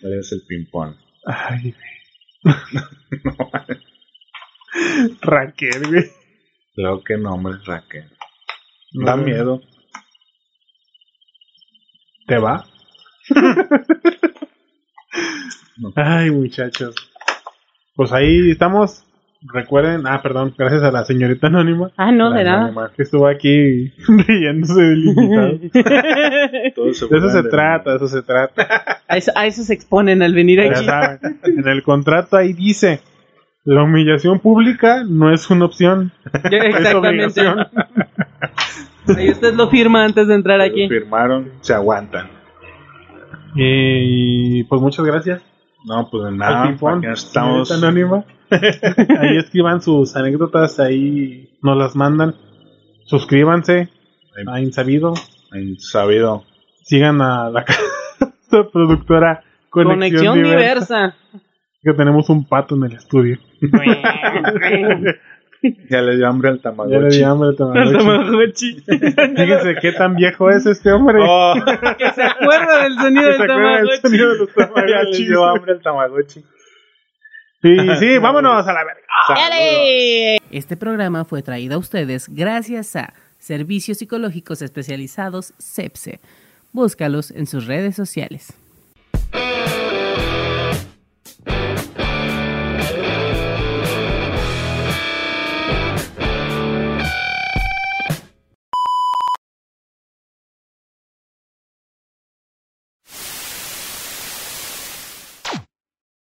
B: Eres el ping-pong.
D: Ay, güey. Raquel, güey.
B: Creo que nombre es Raquel. Da miedo.
D: ¿Te va? Ay, muchachos. Pues ahí estamos. Recuerden, ah, perdón, gracias a la señorita anónima
C: Ah, no, de
B: La
C: nada.
B: anónima.
D: que estuvo aquí riéndose del invitado.
B: Todos se
D: De eso
B: burlan
D: se
B: mí.
D: trata, de eso se trata.
C: A eso, a eso se exponen al venir
D: Ya
C: aquí.
D: saben, en el contrato ahí dice, la humillación pública no es una opción,
C: Ya,
D: es
C: Exactamente.
D: obligación.
C: Ahí usted lo firma antes de entrar
B: Pero
C: aquí.
B: Firmaron, se aguantan.
D: Y pues muchas gracias.
B: No, pues de
D: al
B: nada.
D: ping-pong,
B: aquí estamos.
D: señorita anónima. ahí escriban sus anécdotas, ahí nos las mandan. Suscríbanse a Insabido.
B: en Sabido.
D: Sigan a la casa productora Conexión,
C: Conexión
D: Diversa,
C: diversa.
D: Que tenemos un pato en el estudio.
B: Ya le dio hambre al
D: Ya le di
B: Tamagotchi.
D: hambre al
C: El
D: Tamagotchi.
C: Tamagotchi.
D: Fíjense qué tan viejo es este hombre.
B: Oh,
C: Que se acuerda del sonido
D: Que
C: del
D: se acuerda
C: Tamagotchi.
D: del sonido de los
B: ya le
D: Tamagotchis.
B: dio hambre al Tamagotchi.
D: Y sí, vámonos a la verga.
B: Saludos.
A: Este programa fue traído a ustedes gracias a Servicios Psicológicos Especializados CEPSE. Búscalos en sus redes sociales.